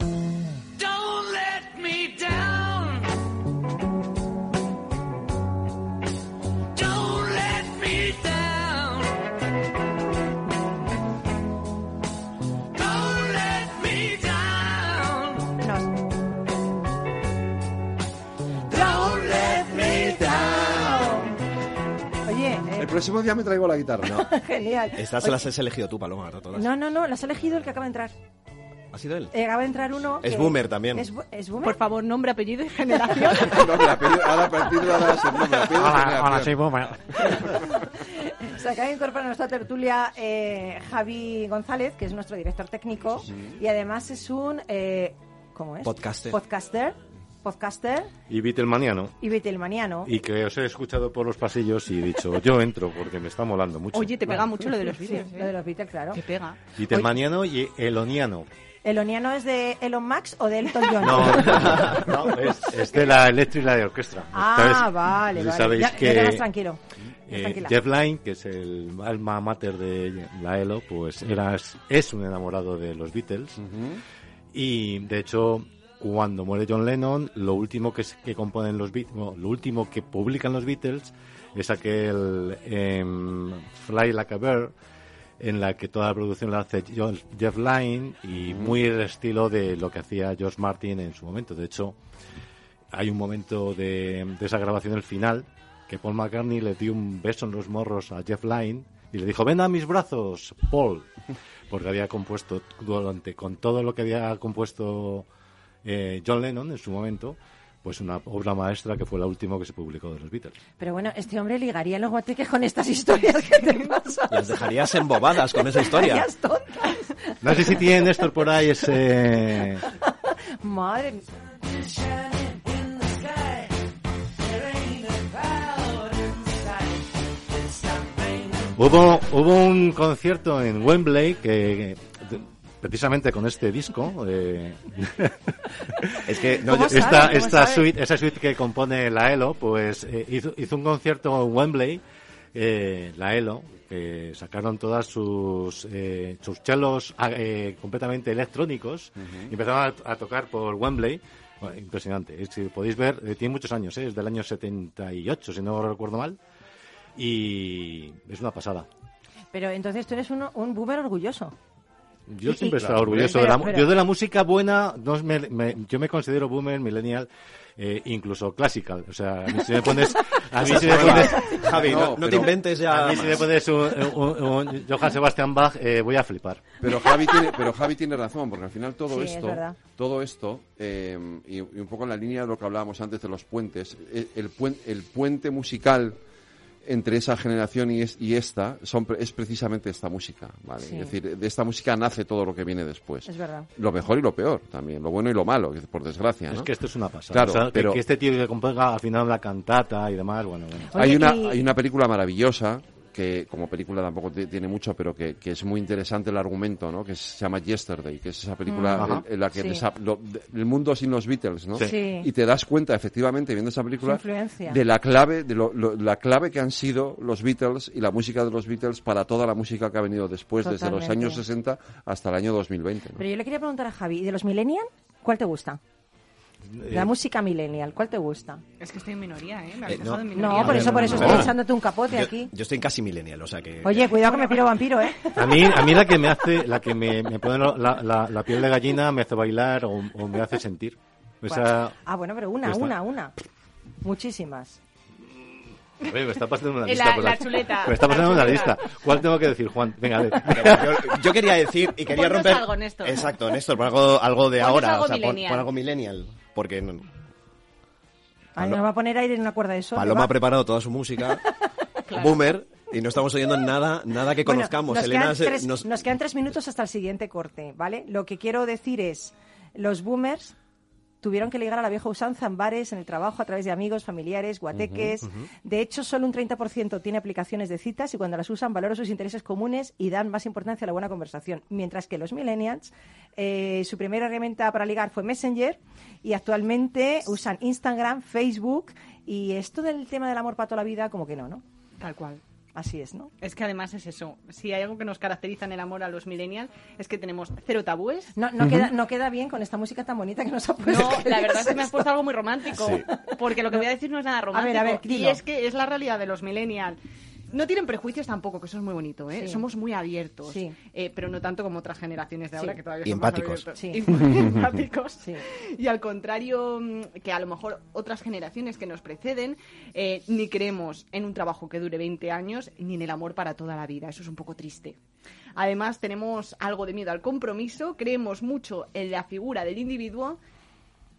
F: Don't let me down. Don't let me down. Don't let me down. Don't let me down.
A: Oye,
C: El próximo día me traigo la guitarra.
A: eh, genial.
E: Estas
A: Oye,
E: las has elegido tú, Paloma, ¿verdad? Todas.
A: No, no, no, las ha elegido el que acaba de entrar.
E: ¿Ha sido él?
A: Eh, Acaba de entrar uno.
E: Es
A: que-
E: boomer también.
A: Es, bu- es boomer.
G: Por favor, nombre, apellido y generación.
C: No, me la pido- ahora a partir de ahora sí, no, me la pido porque
L: Hola,
E: Ah,
C: me la
L: hola,
C: pido.
L: soy Boomer.
A: Se acaba de incorporar a nuestra tertulia eh, Javi González, que es nuestro director técnico.
M: Sí.
A: Y además es un. eh, ¿Cómo es?
M: Podcaster.
A: Podcaster. Podcaster
M: Y Beatlemaniano.
A: y Beatlemaniano.
M: Y que os he escuchado por los pasillos y he dicho, yo entro porque me está molando mucho.
A: Oye,
G: te pega mucho lo de los Beatles,
D: ¿eh?
A: Lo de los Beatles, claro. Te
G: pega.
M: Beatlemaniano y eloniano.
A: ¿Eloniano es de Elon Max o de Elton John?
M: No, no, es, es de la eléctrica y la de orquesta.
A: Ah,
M: ¿Sabes?
A: vale,
M: Y
A: vale.
M: Sabéis
A: ya, ya
M: que
A: quedas tranquilo. Ya
M: eh,
A: tranquila.
M: Jeff Lynne, que es el alma mater de la ELO, pues era, es un enamorado de los Beatles. Y de hecho, cuando muere John Lennon, lo último que, es- que componen los Beatles, lo último que publican los Beatles es aquel em, Fly Like a Bird, en la que toda la producción la hace John- Jeff Lynne y muy el estilo de lo que hacía George Martin en su momento. De hecho, hay un momento de, de esa grabación, el final, que Paul McCartney le dio un beso en los morros a Jeff Lynne y le dijo, ven a mis brazos, Paul, porque había compuesto durante, con todo lo que había compuesto eh, John Lennon en su momento, pues una obra maestra que fue la última que se publicó de los Beatles.
A: Pero bueno, este hombre ligaría los guateques con estas historias que te pasan.
E: Las dejarías embobadas con esa historia.
A: Estarías tonta.
M: No sé si tiene Néstor por ahí ese...
A: Madre mía.
M: Hubo, hubo un concierto en Wembley que, que precisamente con este disco eh, es que
E: no, ¿Cómo yo- sabe?
M: Eh, esta,
E: ¿Cómo
M: esta
E: sabe?
M: suite esa suite que compone la Elo pues eh, hizo, hizo un concierto en Wembley eh, la Elo que sacaron todas sus eh, sus chelos ah, eh, completamente electrónicos y empezaron a, a tocar por Wembley Bueno, impresionante Eh, si podéis ver eh, tiene muchos años eh, es del año 78 si no recuerdo mal y es una pasada
A: Pero entonces tú eres uno- un boomer orgulloso.
M: Yo
A: Y-
M: siempre he
A: y-
M: estado
A: Claro,
M: orgulloso
A: pero-
M: de la, mu-
A: pero-
M: yo de la música buena, no es me- me- yo me considero boomer, millennial, eh, incluso classical. O sea, a mí si me pones, a mí
E: Esa
M: si me
E: es la
M: pones,
E: prueba. Javi, no- no te
M: pero
E: inventes ya
M: A mí si me
E: más.
M: pones un, un- un Johann Sebastian Bach, eh, voy a flipar.
C: Pero Javi tiene, pero Javi tiene razón, porque al final todo
M: Sí, es
C: esto,
M: verdad.
C: todo esto, eh, y, y un poco en la línea de lo que hablábamos antes de los puentes, eh, el, puen- el puente musical entre esa generación y, es- y esta son, pre- es precisamente esta música, ¿vale?
A: Sí.
C: Es decir, de esta música nace todo lo que viene después.
A: Es verdad.
C: Lo mejor y lo peor también, lo bueno y lo malo, por desgracia.
M: Es
C: ¿no?
M: que esto es una pasada.
C: Claro,
M: O sea, que-
C: pero
M: que este tío que componga al final la cantata y demás, bueno, bueno.
C: hay, una, hay una película maravillosa que como película tampoco te- tiene mucho, pero que, que es muy interesante el argumento, ¿no? Que se llama Yesterday, que es esa
M: Mm,
C: película
M: ajá.
C: en, en la que
M: Sí.
C: desa- lo- de- el mundo sin los Beatles, ¿no?
M: Sí. Sí.
C: Y te das cuenta, efectivamente, viendo esa película,
A: Su influencia.
C: de la clave, de lo- lo- la clave que han sido los Beatles y la música de los Beatles para toda la música que ha venido después, desde los
A: Totalmente.
C: años 60 hasta el año 2020. ¿no?
A: Pero yo le quería preguntar a Javi, ¿y de los millennial cuál te gusta? La
C: Eh,
A: música millennial, ¿cuál te gusta?
G: Es que estoy en minoría, ¿eh? Me habéis
E: Eh,
G: dejado en
A: No,
G: minoría.
A: por eso, por eso estoy
E: no.
A: echándote un capote
E: Yo-
A: aquí.
E: Yo estoy casi millennial, o sea que...
A: Oye, cuidado que me piro vampiro, ¿eh?
M: A mí, a mí la que me hace, la que me, me pone la, la- la piel de gallina, me hace bailar o, o me hace sentir. Esa,
A: Ah, bueno, pero una,
M: Ya está.
A: una, una. Muchísimas.
M: A ver, me está pasando una
A: La-
M: lista. por
A: la chuleta,
M: Me está
A: la
M: pasando una
A: chuleta.
M: lista. ¿Cuál tengo que decir, Juan? Venga, a ver.
E: Yo, yo quería decir y quería
M: Ponnos
E: romper...
M: algo,
G: Néstor.
E: Exacto, Néstor, pon algo, algo de
G: Ponnos
E: ahora,
G: algo
E: o sea, pon,
G: millennial.
E: pon algo millennial, porque... no-
A: Ay, nos va a poner aire en una cuerda de sol.
E: Paloma
A: va.
E: ha preparado toda su música.
A: Claro.
E: Boomer. Y no estamos oyendo nada, nada que
A: Bueno,
E: conozcamos.
A: Nos,
E: Elena
A: quedan
E: se-
A: tres,
E: nos-
A: nos quedan tres minutos hasta el siguiente corte, ¿vale? Lo que quiero decir es, los boomers tuvieron que ligar a la vieja usanza en bares, en el trabajo, a través de amigos, familiares, guateques.
N: Ujú, ujú.
A: De hecho, solo un 30% tiene aplicaciones de citas y cuando las usan valoran sus intereses comunes y dan más importancia a la buena conversación. Mientras que los millennials, eh, su primera herramienta para ligar fue Messenger y actualmente usan Instagram, Facebook y esto del tema del amor para toda la vida, como que no, ¿no?
D: Tal cual.
A: Así es, ¿no?
D: Es que además es eso. Si hay algo que nos caracteriza en el amor a los millennials es que tenemos cero tabúes.
A: No, no, queda, no queda bien con esta música tan bonita Pues que nos ha puesto.
D: No, la verdad es que me has puesto algo muy romántico.
A: Sí.
D: Porque lo que voy a decir no es nada romántico.
A: ver, a ver,
D: y
A: dilo.
D: es que es la realidad de los millennials. No tienen prejuicios tampoco, que eso es muy bonito, ¿eh?
A: Sí.
D: Somos muy abiertos,
A: Sí.
D: eh, pero no tanto como otras generaciones de ahora
A: Sí.
D: que todavía
E: Y
D: son más
E: empáticos.
D: abiertos.
E: Sí.
D: Y muy empáticos.
A: Sí.
D: Y al contrario mm, que a lo mejor otras generaciones que nos preceden, eh, ni creemos en un trabajo que dure 20 años, ni en el amor para toda la vida. Eso es un poco triste. Además, tenemos algo de miedo al compromiso, creemos mucho en la figura del individuo,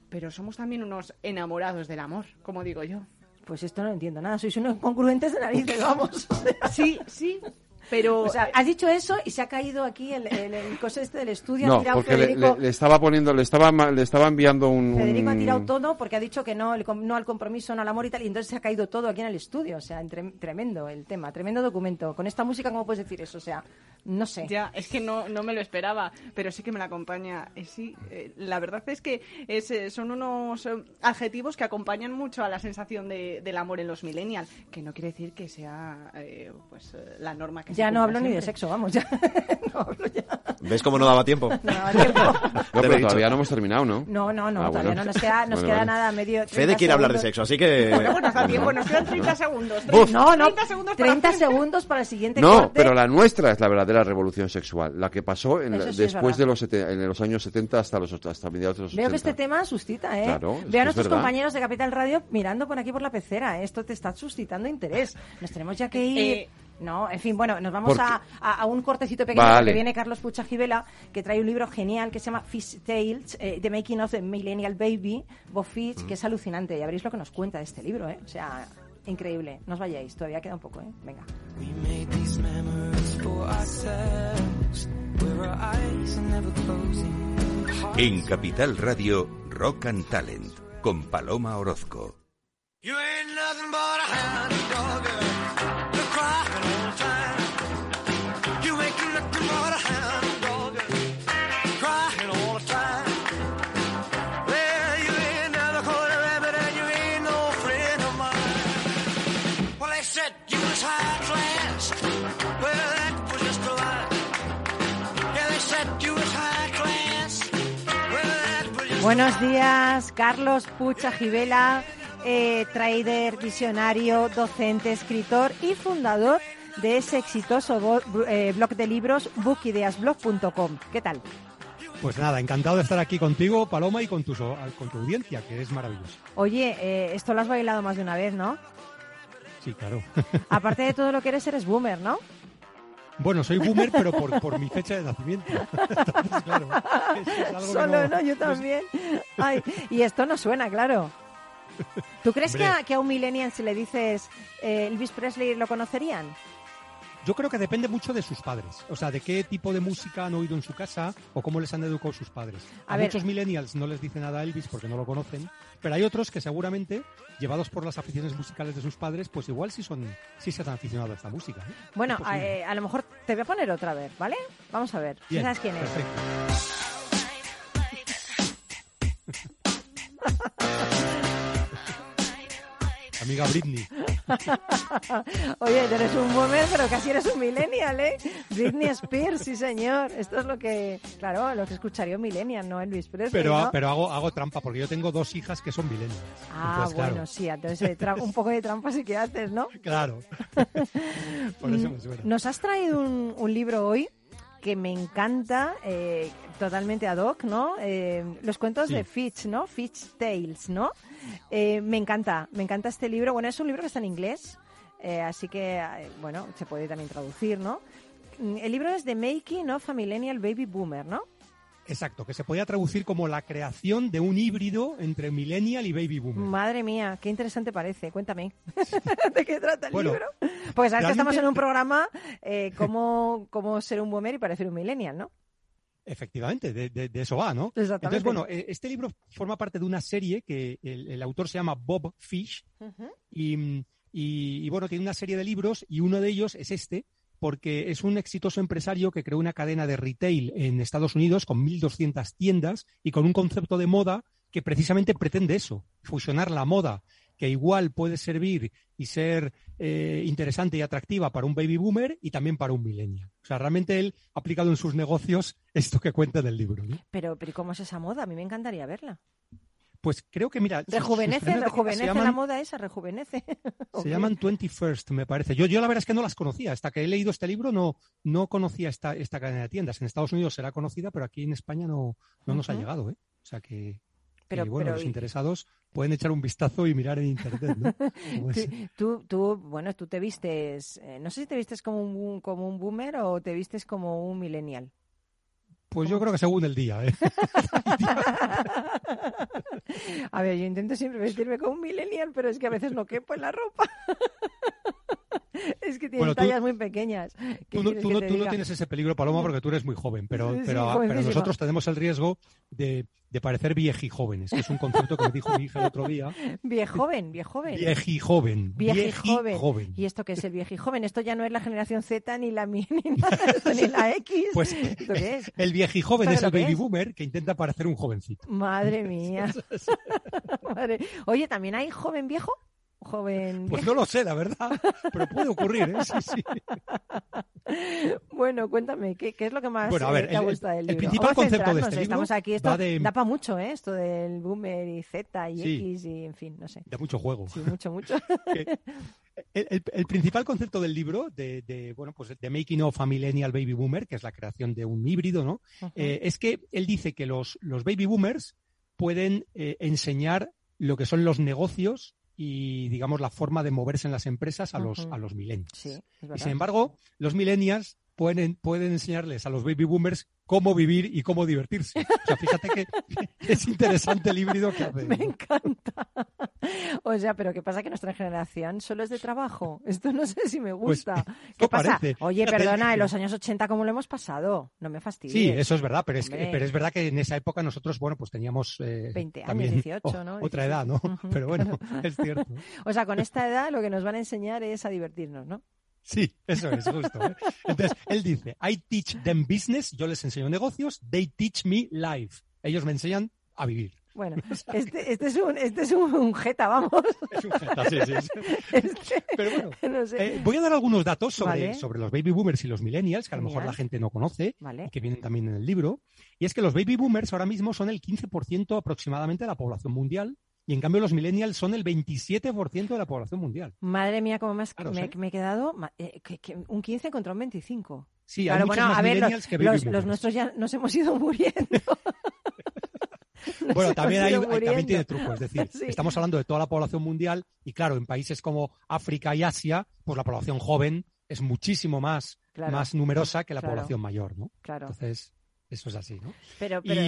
D: pero somos también unos enamorados del amor, como digo yo.
A: Pues esto no lo entiendo nada, sois unos congruentes de narices, vamos.
D: Sí, sí, pero...
A: O sea, has dicho eso y se ha caído aquí el, el, el coso este del estudio, ha
C: No,
A: tirado
C: porque le,
A: Federico,
C: le- Mm. le estaba poniendo, le estaba, ma- le estaba enviando un...
A: Federico ha
C: un-
A: tirado todo porque ha dicho que no, el com- no al compromiso, no al amor y tal, y entonces se ha caído todo aquí en el estudio, o sea, entre- tremendo el tema, tremendo documento. Con esta música, ¿cómo puedes decir eso? O sea, no sé.
D: Ya, es que no, no me lo esperaba, pero sí que me la acompaña. Eh, sí, eh, la verdad es que es, eh, son unos eh, adjetivos que acompañan mucho a la sensación de- del amor en los millennials, que no quiere decir que sea eh, pues, eh, la norma que se
A: Ya no
D: cumpla
A: hablo ni de
D: siempre.
A: sexo, vamos, ya.
E: ¿Ves cómo no daba tiempo?
C: No,
E: Te lo he
C: pero
E: dicho.
C: todavía no hemos terminado, ¿no?
A: No, no, no,
C: Ah,
A: todavía
C: bueno.
A: no nos queda, nos
C: Vale,
A: queda
C: vale.
A: nada medio.
E: Fede
A: 30
E: quiere hablar de
A: segundos.
E: sexo, así que...
D: Bueno, pues nos da tiempo, nos quedan 30 segundos.
E: Buf.
A: No, no,
D: 30 segundos para
A: 30 segundos para el siguiente corte.
C: No, pero la nuestra es la verdadera revolución sexual, la que pasó en la-
A: Eso sí es
C: después
A: verdad.
C: de los, sete- en los años 70 hasta los ocho- hasta mediados de los
A: Veo que
C: 80.
A: este tema suscita, ¿eh?
C: Claro, es que
A: Veo a
C: es
A: nuestros
C: verdad.
A: compañeros de Capital Radio mirando por aquí por la pecera. ¿eh? Esto te está suscitando interés. Nos tenemos ya que ir.
D: Eh,
A: No, en fin, bueno, nos vamos
C: Porque-
A: a, a- a un cortecito pequeño
C: Vale.
A: porque viene Carlos Puchagivela, que trae un libro genial que se llama Fish Tales, eh, The Making of the Millennial Baby, Bob Fish, que
C: Mm.
A: es alucinante. Ya veréis lo que nos cuenta de este libro, ¿eh? O sea, increíble. No os vayáis, todavía queda un poco, ¿eh? Venga.
O: made these memories for ourselves where our eyes are never closing
B: En Capital Radio, Rock and Talent, con Paloma Orozco.
P: You ain't nothing but a hound dog, uh, you're crying all the time. You ain't nothing but a hound dog, uh, crying all the time. Well, you ain't never caught a rabbit and you ain't no friend of mine. Well, they said you was high class. Well, that was just a lie. Yeah, they said you was high class. Well, that was just a
A: Buenos
P: lie.
A: días, Carlos Pucha Gibela, eh, trader, visionario, docente, escritor y fundador de ese exitoso bo- br- eh, blog de libros bookideasblog.com. ¿Qué tal?
Q: Pues nada, encantado de estar aquí contigo, Paloma, y con tu, so- con tu audiencia, que es maravilloso.
A: Oye, eh, esto lo has bailado más de una vez, ¿no?
Q: Sí, claro.
A: Aparte de todo lo que eres, eres boomer, ¿no?
Q: Bueno, soy boomer, pero por, por mi fecha de nacimiento. Entonces, claro, eso es algo que
A: Solo,
Q: no- pues
A: ¿no? Yo
Q: no es-
A: también. Ay, y esto no suena, claro. ¿Tú crees que
Q: Hombre.
A: a, que a un millennial si le dices eh, Elvis Presley lo conocerían?
Q: Yo creo que depende mucho de sus padres, o sea, de qué tipo de música han oído en su casa o cómo les han educado sus padres. A,
A: A ver.
Q: muchos millennials no les dice nada Elvis porque no lo conocen, pero hay otros que seguramente, llevados por las aficiones musicales de sus padres, pues igual sí son, sí se han aficionado a esta música. ¿eh?
A: Bueno,
Q: Es
A: a,
Q: posible.
A: eh, a lo mejor te voy a poner otra vez, ¿vale? Vamos a ver. si
Q: Bien,
A: ¿Sabes quién es?
Q: perfecto. Amiga Britney.
A: Oye, tú eres un boomer, pero casi eres un millennial, ¿eh? Britney Spears, sí señor. Esto es lo que, claro, lo que escucharía un millennial, no Elvis Presley,
Q: Pero,
A: ¿no?
Q: pero hago, hago trampa porque yo tengo dos hijas que son millennials.
A: Ah,
Q: Entonces,
A: bueno,
Q: claro,
A: sí, entonces eh, tra- un poco de trampa sí que haces, ¿no? Mm,
Q: Claro. Por eso me suena.
A: Nos has traído un, un libro hoy que me encanta, eh, totalmente ad hoc, ¿no? Eh, los cuentos
Q: Sí.
A: de Fitch, ¿no? Fitch Tales, ¿no? Eh, me encanta, me encanta este libro. Bueno, es un libro que está en inglés, eh, así que, eh, bueno, se puede también traducir, ¿no? Mm, El libro es The Making of a Millennial Baby Boomer, ¿no?
Q: Exacto, que se podía traducir como la creación de un híbrido entre millennial y baby boomer.
A: Madre mía, qué interesante parece. Cuéntame. ¿De qué trata el libro? Porque sabes que estamos en un programa eh, cómo, cómo ser un boomer y parecer un millennial, ¿no?
Q: Efectivamente, de, de- de eso va, ¿no?
A: Exactamente.
Q: Entonces, bueno, eh, este libro forma parte de una serie que el, el autor se llama Bob Fish y, y- y, bueno, tiene una serie de libros y uno de ellos es este, porque es un exitoso empresario que creó una cadena de retail en Estados Unidos con 1.200 tiendas y con un concepto de moda que precisamente pretende eso, fusionar la moda, que igual puede servir y ser eh, interesante y atractiva para un baby boomer y también para un millennial. O sea, realmente él ha aplicado en sus negocios esto que cuenta del libro. ¿no?
A: Pero, pero ¿y ¿cómo es esa moda? A mí me encantaría verla.
Q: Pues creo que, mira... sus- sus
A: Rejuvenece,
Q: primeras décadas
A: rejuvenece
Q: se llaman-
A: la moda esa, rejuvenece.
Q: Se llaman 21st, me parece. Yo, yo la verdad es que no las conocía. Hasta que he leído este libro no, no conocía esta, esta cadena de tiendas. En Estados Unidos será conocida, pero aquí en España no, no nos ha
A: Ujú.
Q: llegado. ¿eh? O sea que,
A: Pero-
Q: que, bueno,
A: pero
Q: los
A: y-
Q: interesados pueden echar un vistazo y mirar en internet. ¿no? Como
A: Tú,
Q: es.
A: tú, tú, bueno, tú te vistes, eh, no sé si te vistes como un, boom- como un boomer o te vistes como un millennial.
Q: Pues yo creo que según el día. ¿eh?
A: A ver, yo intento siempre vestirme como un millennial, pero es que a veces no quepo en la ropa. es que tienen
Q: Bueno, tú-
A: tallas muy pequeñas. ¿Qué
Q: Tú, no,
A: quieres
Q: tú
A: que
Q: no-
A: te
Q: tú no
A: diga?
Q: tienes ese peligro, Paloma, porque tú eres muy joven, pero,
A: Sí, sí,
Q: pero, pero
A: jovencísima.
Q: nosotros tenemos el riesgo de, de parecer viejijóvenes, que es un concepto que me dijo mi hija el otro día.
A: Viejoven, viejoven.
Q: Viejijoven.
A: Viejijoven.
Q: viejijoven.
A: ¿Y esto qué es el viejijoven? Esto ya no es la generación Z ni la mi- ni nada, esto, ni la X.
Q: Pues
A: ¿Esto qué es?
Q: el viejijoven
A: ¿Esto
Q: es el
A: lo que
Q: baby
A: es?
Q: boomer que intenta parecer un jovencito.
A: Madre mía. Madre- Oye, ¿también hay joven viejo? Joven
Q: Pues
A: viejo.
Q: no lo sé, la verdad, pero puede ocurrir, ¿eh? Sí, sí.
A: Bueno, cuéntame, ¿qué, qué es lo que más
Q: Bueno, a
A: eh,
Q: ver,
A: te ha
Q: el-
A: gustado del
Q: el
A: libro?
Q: principal
A: Vamos a
Q: concepto de
A: centrarnos,
Q: este
A: Estamos
Q: libro
A: aquí, esto
Q: va de-
A: da para mucho, ¿eh? Esto del boomer y Z y
Q: Sí.
A: X y, en fin, no sé.
Q: Da mucho juego.
A: Sí, mucho, mucho.
Q: El, el- el principal concepto del libro, de, de, bueno, pues de Making of a Millennial Baby Boomer, que es la creación de un híbrido, ¿no?
A: Ujú.
Q: Eh, es que él dice que los, los baby boomers pueden eh, enseñar lo que son los negocios y, digamos, la forma de moverse en las empresas a los,
A: Ujú.
Q: a los millennials.
A: Sí, es
Q: Y
A: verdad.
Q: sin embargo, los millennials pueden, pueden enseñarles a los baby boomers cómo vivir y cómo divertirse. O sea, fíjate que es interesante el híbrido que hace. ¿no?
A: O sea, pero ¿qué pasa? Que nuestra generación solo es de trabajo. Esto no sé si me
Q: Pues,
A: gusta. ¿Qué
Q: no
A: pasa?
Q: parece.
A: Oye,
Q: Fíjate,
A: perdona, en
Q: que-
A: los años 80, ¿cómo lo hemos pasado? No me fastidies.
Q: Sí, eso es verdad, pero es, que,
A: Hombre.
Q: pero es verdad que en esa época nosotros, bueno, pues teníamos... eh,
A: 20 años,
Q: también oh,
A: 18, ¿no?
Q: Otra edad, ¿no? Pero bueno, es cierto.
A: O sea, con esta edad lo que nos van a enseñar es a divertirnos, ¿no?
Q: Sí, eso es justo. ¿eh? Entonces, él dice, I teach them business, yo les enseño negocios, they teach me life. Ellos me enseñan a vivir.
A: Bueno, este, este es un este es un, un jeta, vamos.
Q: Es un jeta, sí, sí, sí.
A: Este-
Q: Pero bueno,
A: no sé.
Q: Eh, voy a dar algunos datos sobre,
A: Vale.
Q: sobre los baby boomers y los millennials, que a lo mejor la
A: Genial.
Q: gente no conoce,
A: Vale.
Q: y que vienen también en el libro. Y es que los baby boomers ahora mismo son el 15% aproximadamente de la población mundial, y en cambio los millennials son el 27% de la población mundial.
A: Madre mía, cómo más
Q: Claro,
A: me,
Q: sí.
A: me he quedado ma- eh, que- que un 15 contra un 25.
Q: Sí, hay
A: claro,
Q: muchos
A: bueno,
Q: más
A: a ver,
Q: millennials
A: los,
Q: que baby
A: los- los
Q: boomers.
A: nuestros ya nos hemos ido muriendo. Nos
Q: Bueno, también, hay,
A: hemos ido
Q: hay- también
A: muriendo.
Q: tiene truco, es decir,
A: Sí.
Q: estamos hablando de toda la población mundial y claro, en países como África y Asia, pues la población joven es muchísimo más,
A: Claro.
Q: más numerosa que la
A: Claro.
Q: población mayor, ¿no?
A: Claro.
Q: Entonces, eso es así, ¿no?
A: Pero,
Q: Y-
A: pero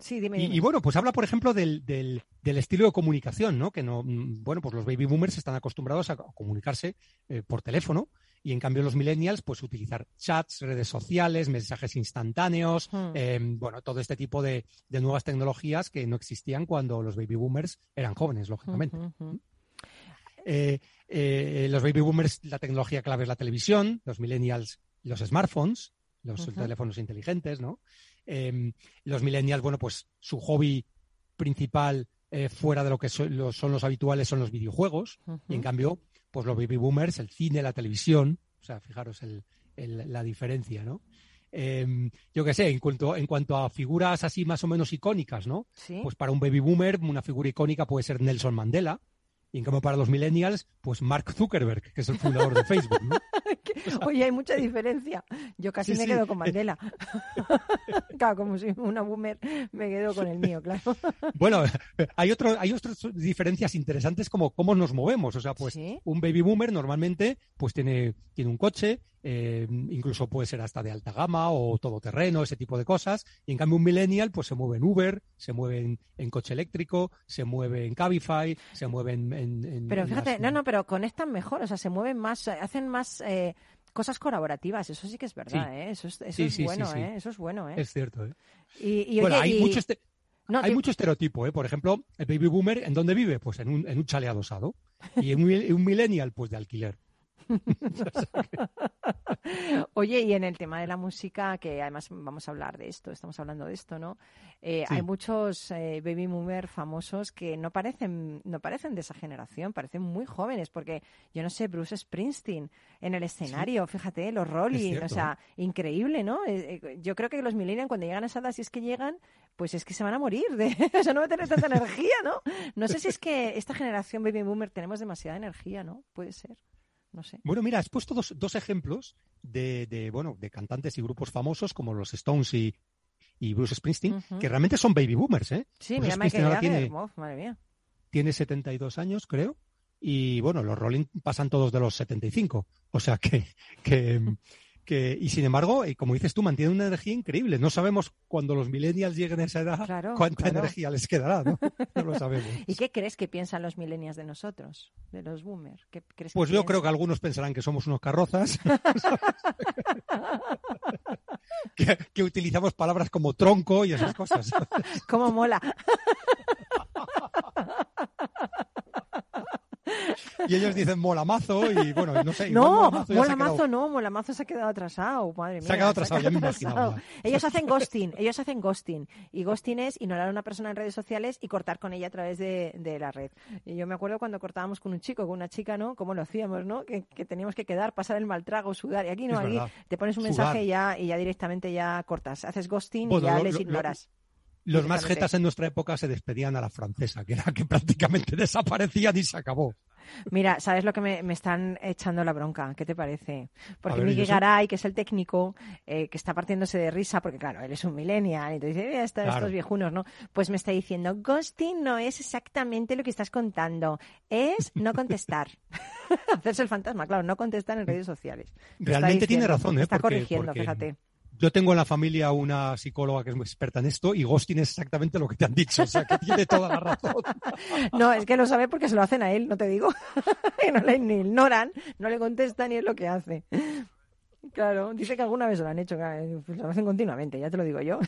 A: sí, dime,
Q: Y-
A: dime.
Q: Y, bueno, pues habla, por ejemplo, del, del- del estilo de comunicación, ¿no? Que no, mm, bueno, pues los baby boomers están acostumbrados a co- comunicarse eh, por teléfono y en cambio los millennials, pues utilizar chats, redes sociales, mensajes instantáneos,
A: Hmm.
Q: eh, bueno, todo este tipo de, de nuevas tecnologías que no existían cuando los baby boomers eran jóvenes, lógicamente.
A: Ujú, ujú.
Q: Eh, eh, los baby boomers, la tecnología clave es la televisión, los millennials, los smartphones, los
A: Ujú.
Q: teléfonos inteligentes, ¿no? Eh, los millennials, bueno, pues su hobby principal eh, fuera de lo que so- lo- son los habituales son los videojuegos, y en
A: Ujú.
Q: cambio, pues los baby boomers, el cine, la televisión, o sea, fijaros el- el- la diferencia, ¿no? Eh, yo qué sé, en cuanto, en cuanto a figuras así más o menos icónicas, ¿no?
A: Sí.
Q: Pues para un baby boomer, una figura icónica puede ser Nelson Mandela. Y en cambio para los millennials, pues Mark Zuckerberg, que es el fundador de Facebook. ¿no?
A: Oye, hay mucha diferencia. Yo casi
Q: Sí,
A: me
Q: sí.
A: quedo con Mandela. claro, como soy una boomer, me quedo con el mío, claro.
Q: Bueno, hay otro, hay otras diferencias interesantes como cómo nos movemos. O sea, pues
A: Sí.
Q: un baby boomer normalmente pues tiene, tiene un coche, eh, incluso puede ser hasta de alta gama o todoterreno, ese tipo de cosas. Y en cambio un millennial pues se mueve en Uber, se mueve en, en coche eléctrico, se mueve en Cabify, se mueve en... en- en-
A: Pero
Q: en
A: fíjate,
Q: las-
A: no, no, pero conectan mejor, o sea, se mueven más, eh, hacen más eh, cosas colaborativas. Eso sí que es verdad,
Q: Sí.
A: ¿eh? Eso es, eso
Q: Sí,
A: es
Q: sí, sí,
A: bueno,
Q: sí.
A: ¿eh? Eso es bueno, ¿eh?
Q: Es cierto, ¿eh?
A: Y, y,
Q: bueno,
A: oye,
Q: hay
A: y-
Q: mucho este-
A: No,
Q: hay
A: digo-
Q: mucho estereotipo, ¿eh? Por ejemplo, el baby boomer, ¿en dónde vive? Pues en un, en un chale adosado. Y un, mil- un millennial, pues de alquiler.
A: Oye, y en el tema de la música, que además vamos a hablar de esto, estamos hablando de esto, ¿no? Eh,
Q: Sí.
A: Hay muchos eh, baby boomer famosos que no parecen, no parecen de esa generación, parecen muy jóvenes, porque yo no sé, Bruce Springsteen en el escenario, fíjate, los Rolling,
Q: cierto,
A: o sea, increíble, ¿no? Eh, eh, yo creo que los millennials cuando llegan a esa edad, si es que llegan, pues es que se van a morir, de, o sea, no va a tener tanta energía, ¿no? No sé si es que esta generación baby boomer tenemos demasiada energía, ¿no? Puede ser, no sé.
Q: Bueno, mira, has puesto dos, dos ejemplos de, de, bueno, de cantantes y grupos famosos como los Stones y, y Bruce Springsteen,
A: Ujú.
Q: que realmente son baby boomers, ¿eh?
A: Sí,
Q: Bruce
A: mira
Q: Springsteen
A: Michael
Q: ahora
A: Jagger,
Q: tiene,
A: wow, madre mía.
Q: tiene 72 años, creo, y bueno, los Rolling pasan todos de los 75, o sea que... que que- y sin embargo, eh, como dices tú, mantiene una energía increíble. No sabemos cuando los millennials lleguen a esa edad
A: Claro,
Q: Ah, cuánta
A: claro.
Q: energía les quedará, ¿no? No lo sabemos.
A: ¿Y qué crees que piensan los millennials de nosotros, de los boomers? ¿Qué crees
Q: Pues
A: que
Q: yo creo que
A: piensan?
Q: algunos pensarán que somos unos carrozas, que, que utilizamos palabras como tronco y esas cosas.
A: ¿Cómo mola?
Q: Y ellos dicen molamazo y bueno, no sé. igual
A: no,
Q: molamazo ya se ha
A: Molamazo
Q: quedado-
A: no, Molamazo se ha quedado atrasado, madre mía.
Q: Se ha quedado atrasado, ya me imaginaba.
A: Ellos hacen ghosting, ellos hacen ghosting. Y ghosting es ignorar a una persona en redes sociales y cortar con ella a través de, de la red. Y yo me acuerdo cuando cortábamos con un chico, con una chica, ¿no? Cómo lo hacíamos, ¿no? Que, que teníamos que quedar, pasar el mal trago, sudar. Y aquí no,
Q: Es
A: aquí
Q: verdad.
A: te pones un
Q: Sudar.
A: mensaje y ya, y ya directamente ya cortas. Haces ghosting
Q: Bueno,
A: y ya
Q: lo-
A: les
Q: lo- lo-
A: ignoras.
Q: Los más
A: directamente.
Q: jetas en nuestra época se despedían a la francesa, que era que prácticamente desaparecían y se acabó.
A: Mira, ¿sabes lo que me, me están echando la bronca? ¿Qué te parece? Porque
Q: ver, ¿y
A: Miguel
Q: eso?
A: Garay, que es el técnico, eh, que está partiéndose de risa, porque claro, él es un millennial, y te dice, "Eh, esto-
Q: Claro.
A: estos viejunos, ¿no? Pues me está diciendo, ghosting no es exactamente lo que estás contando, es no contestar. Hacerse el fantasma, claro, no contestar en redes sociales. Lo está
Q: Realmente tiene
A: diciendo,
Q: razón, ¿eh?
A: Está
Q: Porque-
A: corrigiendo,
Q: porque-
A: fíjate.
Q: Yo tengo en la familia una psicóloga que es muy experta en esto y Ghosting es exactamente lo que te han dicho, o sea que tiene toda la razón.
A: No, es que lo sabe porque se lo hacen a él, no te digo. que no le ni ignoran, no le contestan y es lo que hace. Claro, dice que alguna vez lo han hecho, claro, pues lo hacen continuamente, ya te lo digo yo.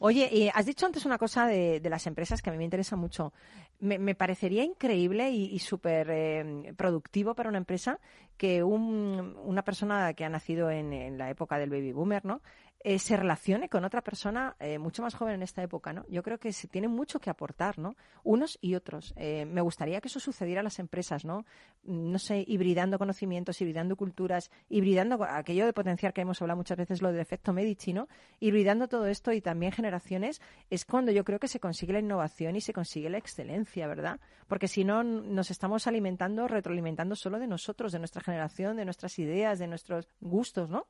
A: Oye, y has dicho antes una cosa de, de las empresas que a mí me interesa mucho. Me, me parecería increíble y, y súper eh, productivo para una empresa que un- una persona que ha nacido en, en la época del baby boomer, ¿no? Eh, se relacione con otra persona eh, mucho más joven en esta época, ¿no? Yo creo que se tiene mucho que aportar, ¿no? Unos y otros. Eh, me gustaría que eso sucediera a las empresas, ¿no? Mm, No sé, hibridando conocimientos, hibridando culturas, hibridando co- aquello de potenciar que hemos hablado muchas veces, lo del efecto Medici, ¿no? Hibridando todo esto y también generaciones, es cuando yo creo que se consigue la innovación y se consigue la excelencia, ¿verdad? Porque si no, n- nos estamos alimentando, retroalimentando solo de nosotros, de nuestra generación, de nuestras ideas, de nuestros gustos, ¿no?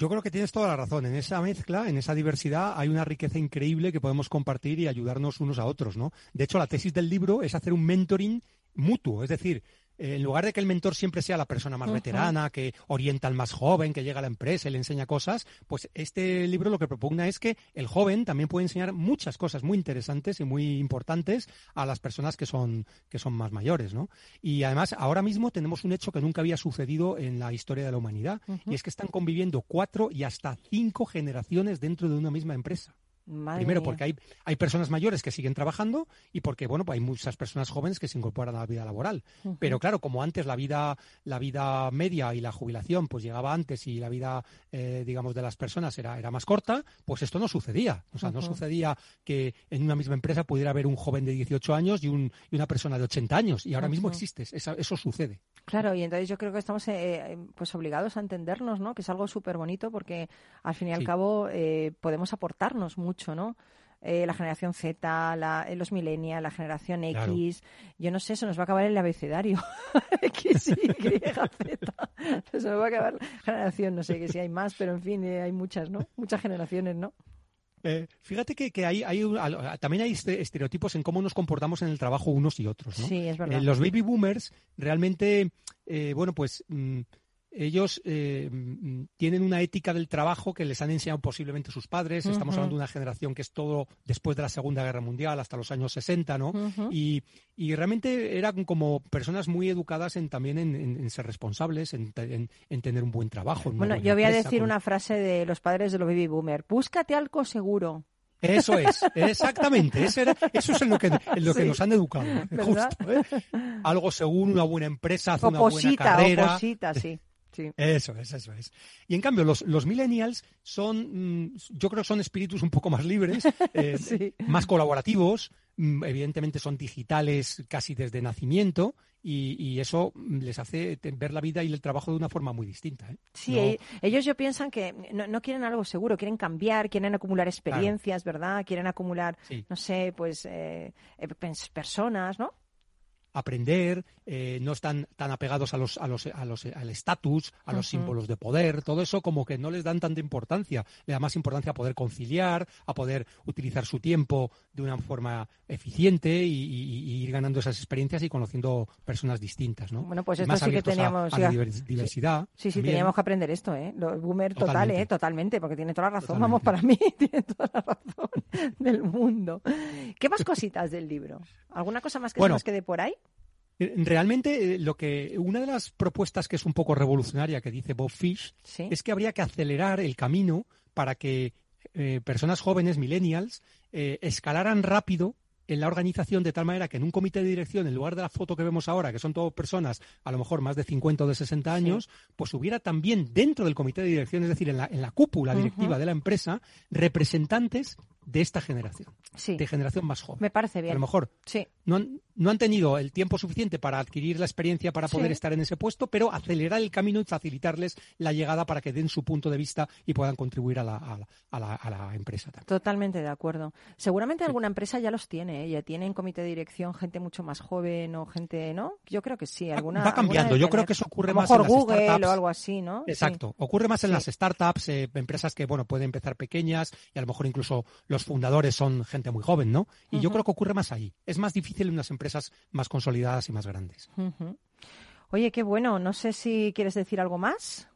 Q: Yo creo que tienes toda la razón. En esa mezcla, en esa diversidad, hay una riqueza increíble que podemos compartir y ayudarnos unos a otros, ¿no? De hecho, la tesis del libro es hacer un mentoring mutuo, es decir, eh, en lugar de que el mentor siempre sea la persona más
M: Ujú.
Q: veterana, que orienta al más joven, que llega a la empresa y le enseña cosas, pues este libro lo que propugna es que el joven también puede enseñar muchas cosas muy interesantes y muy importantes a las personas que son, que son más mayores, ¿no? Y además, ahora mismo tenemos un hecho que nunca había sucedido en la historia de la humanidad, y es que están conviviendo cuatro y hasta cinco generaciones dentro de una misma empresa.
A: Madre
Q: Primero,
A: mía.
Q: porque hay, hay personas mayores que siguen trabajando y porque, bueno, pues hay muchas personas jóvenes que se incorporan a la vida laboral.
M: Ujú.
Q: Pero claro, como antes la vida, la vida media y la jubilación pues llegaba antes y la vida, eh, digamos, de las personas era, era más corta, pues esto no sucedía. O sea, no
M: Ujú.
Q: sucedía que en una misma empresa pudiera haber un joven de 18 años y, un, y una persona de 80 años. Y ahora mismo
A: Ujú.
Q: existe, esa- eso sucede.
A: Claro, y entonces yo creo que estamos eh, eh, pues obligados a entendernos, ¿no? Que es algo súper bonito porque al fin y al
Q: Sí.
A: cabo eh, podemos aportarnos mucho, ¿no? eh, la generación Z, la- eh, los millennials, la generación
Q: Claro.
A: X. Yo no sé, se nos va a acabar el abecedario. X, Y, Z. Se nos va a acabar la generación, no sé que si hay más, pero en fin, eh, hay muchas, ¿no? Muchas generaciones, ¿no?
Q: Eh, fíjate que, que hay, hay un- al- también hay este- estereotipos en cómo nos comportamos en el trabajo unos y otros. ¿no?
A: Sí, es verdad.
Q: Eh, los baby boomers realmente, eh, bueno, pues mm, ellos eh, mm, tienen una ética del trabajo que les han enseñado posiblemente sus padres. Estamos
L: Ujú.
Q: hablando de una generación que es todo después de la Segunda Guerra Mundial, hasta los años 60, ¿no?
L: Ujú.
Q: y, y realmente eran como personas muy educadas en, también en, en- en ser responsables, en, te- en- en tener un buen trabajo. en una
A: Bueno,
Q: buena
A: yo voy a
Q: empresa,
A: decir
Q: con-
A: una frase de los padres de los baby boomer. Búscate algo seguro.
Q: Eso es, exactamente. Eso, era- eso es en lo que, en lo que
A: Sí.
Q: nos han educado.
A: ¿Verdad?
Q: Justo, ¿eh? Algo seguro, una buena empresa, hacer una buena
A: Oposita,
Q: carrera.
A: oposita, sí. sí.
Q: Eso es, eso es. Y en cambio, los, los millennials son, mm, yo creo que son espíritus un poco más libres, eh, más colaborativos, mm, evidentemente son digitales casi desde nacimiento y, y eso mm, les hace te- ver la vida y el trabajo de una forma muy distinta. ¿eh?
A: Sí,
Q: No-
A: e- ellos yo piensan que no, no quieren algo seguro, quieren cambiar, quieren acumular experiencias, ¿verdad? Quieren acumular,
Q: Sí.
A: no sé, pues eh, eh, pens- personas, ¿no?
Q: aprender, eh, no están tan apegados a los, a los, a los, al estatus, a los
A: Ujú.
Q: símbolos de poder, todo eso como que no les dan tanta importancia. Le da más importancia a poder conciliar, a poder utilizar su tiempo de una forma eficiente y, y- y ir ganando esas experiencias y conociendo personas distintas, ¿no?
A: Bueno, pues
Q: Y
A: esto
Q: más
A: sí que
Q: abiertos a-
A: teníamos...
Q: a,
A: sí,
Q: la
A: a-
Q: divers- diversidad.
A: Sí, sí,
Q: también.
A: teníamos que aprender esto, ¿eh? Los boomer total,
Q: Totalmente.
A: ¿eh? Totalmente, porque tiene toda la razón. Vamos, para mí tiene toda la razón del mundo. ¿Qué más cositas del libro? ¿Alguna cosa más que se
Q: Bueno.
A: nos quede por ahí?
Q: Eh, Realmente eh, lo que una de las propuestas que es un poco revolucionaria que dice Bob Fish es que habría que acelerar el camino para que eh, personas jóvenes, millennials, eh, escalaran rápido en la organización de tal manera que en un comité de dirección, en lugar de la foto que vemos ahora, que son todo personas a lo mejor más de 50 o de 60 años, pues hubiera también dentro del comité de dirección, es decir, en la, en la cúpula directiva de la empresa, representantes de esta generación, de generación más joven.
A: Me parece bien.
Q: A lo mejor no, han, no han tenido el tiempo suficiente para adquirir la experiencia para poder
A: Sí.
Q: estar en ese puesto, pero acelerar el camino y facilitarles la llegada para que den su punto de vista y puedan contribuir a la, a la- a la- a la empresa también.
A: Totalmente de acuerdo. Seguramente alguna empresa ya los tiene, ¿eh? ya tiene en comité de dirección gente mucho más joven o gente, ¿no? Yo creo que sí, alguna.
Q: Ah, va cambiando.
A: alguna de
Q: Yo creo
A: tener.
Q: que eso ocurre
A: A lo
Q: más en
A: mejor
Q: las
A: Google
Q: startups.
A: o algo así, ¿no? Sí.
Q: Exacto. Ocurre más en las startups, eh, empresas que bueno pueden empezar pequeñas y a lo mejor incluso los fundadores son gente muy joven, ¿no? Y yo
A: Ujú.
Q: creo que ocurre más ahí. Es más difícil en unas empresas más consolidadas y más grandes.
A: Ujú. Oye, qué bueno. No sé si quieres decir algo más.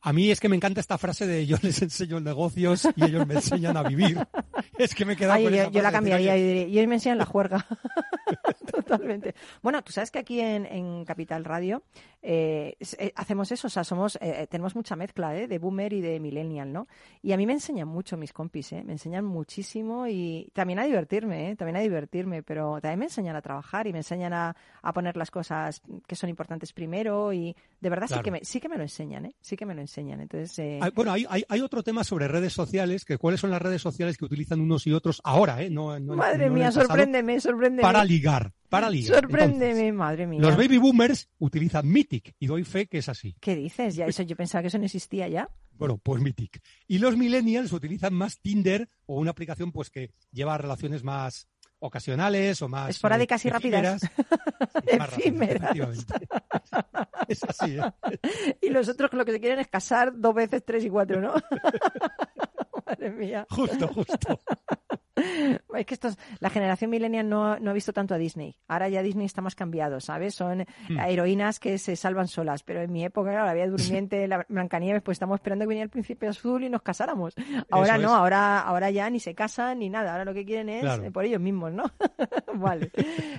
Q: A mí es que me encanta esta frase de yo les enseño negocios y ellos me enseñan a vivir. Es que me queda
A: Ay,
Q: con
A: yo,
Q: esa
A: yo la
Q: frase de decir,
A: cambiaría
Q: "Oye,
A: y diría, y hoy me enseñan la juerga. Totalmente. Bueno, tú sabes que aquí en, en Capital Radio eh, es- eh, hacemos eso, o sea, somos, eh, eh, tenemos mucha mezcla ¿eh? de boomer y de millennial, ¿no? Y a mí me enseñan mucho mis compis, ¿eh? me enseñan muchísimo y también a divertirme, ¿eh? también a divertirme, pero también me enseñan a trabajar y me enseñan a, a poner las cosas que son importantes primero y de verdad sí,
Q: Claro.
A: que me, sí que me lo enseñan, ¿eh? sí que me lo enseñan. Entonces, eh,
Q: Ah, Bueno, hay, hay- hay otro tema sobre redes sociales, que cuáles son las redes sociales que utilizan unos y otros ahora, ¿eh? No- no- no en
A: madre
Q: el
A: mía,
Q: pasado,
A: sorpréndeme, sorpréndeme.
Q: Para ligar, para ligar.
A: Sorpréndeme, madre mía.
Q: Entonces, los baby boomers utilizan Mythic y doy fe que es así.
A: ¿Qué dices? Ya eso yo pensaba que eso no existía ya.
Q: Bueno, pues Mythic. Y los millennials utilizan más Tinder o una aplicación pues que lleva relaciones más ocasionales o más...
A: Esporádicas
Q: eh,
A: y rápidas.
Q: Sí, más rápidas,
A: Efímeras.
Q: efectivamente. Es así, ¿eh?
A: Y los otros lo que se quieren es casar dos veces, tres y cuatro, ¿no? Madre mía.
Q: Justo, justo.
A: Es que estos, la generación millennial no, no ha visto tanto a Disney. Ahora ya Disney está más cambiado, ¿sabes? Son
Q: Mm.
A: heroínas que se salvan solas. Pero en mi época, claro, la Bella Durmiente, la Blancanieves, pues estamos esperando que viniera el Príncipe Azul y nos casáramos. Ahora
Q: Eso
A: no,
Q: es.
A: ahora, ahora ya ni se casan ni nada. Ahora lo que quieren es
Q: Claro.
A: eh, por ellos mismos, ¿no? vale.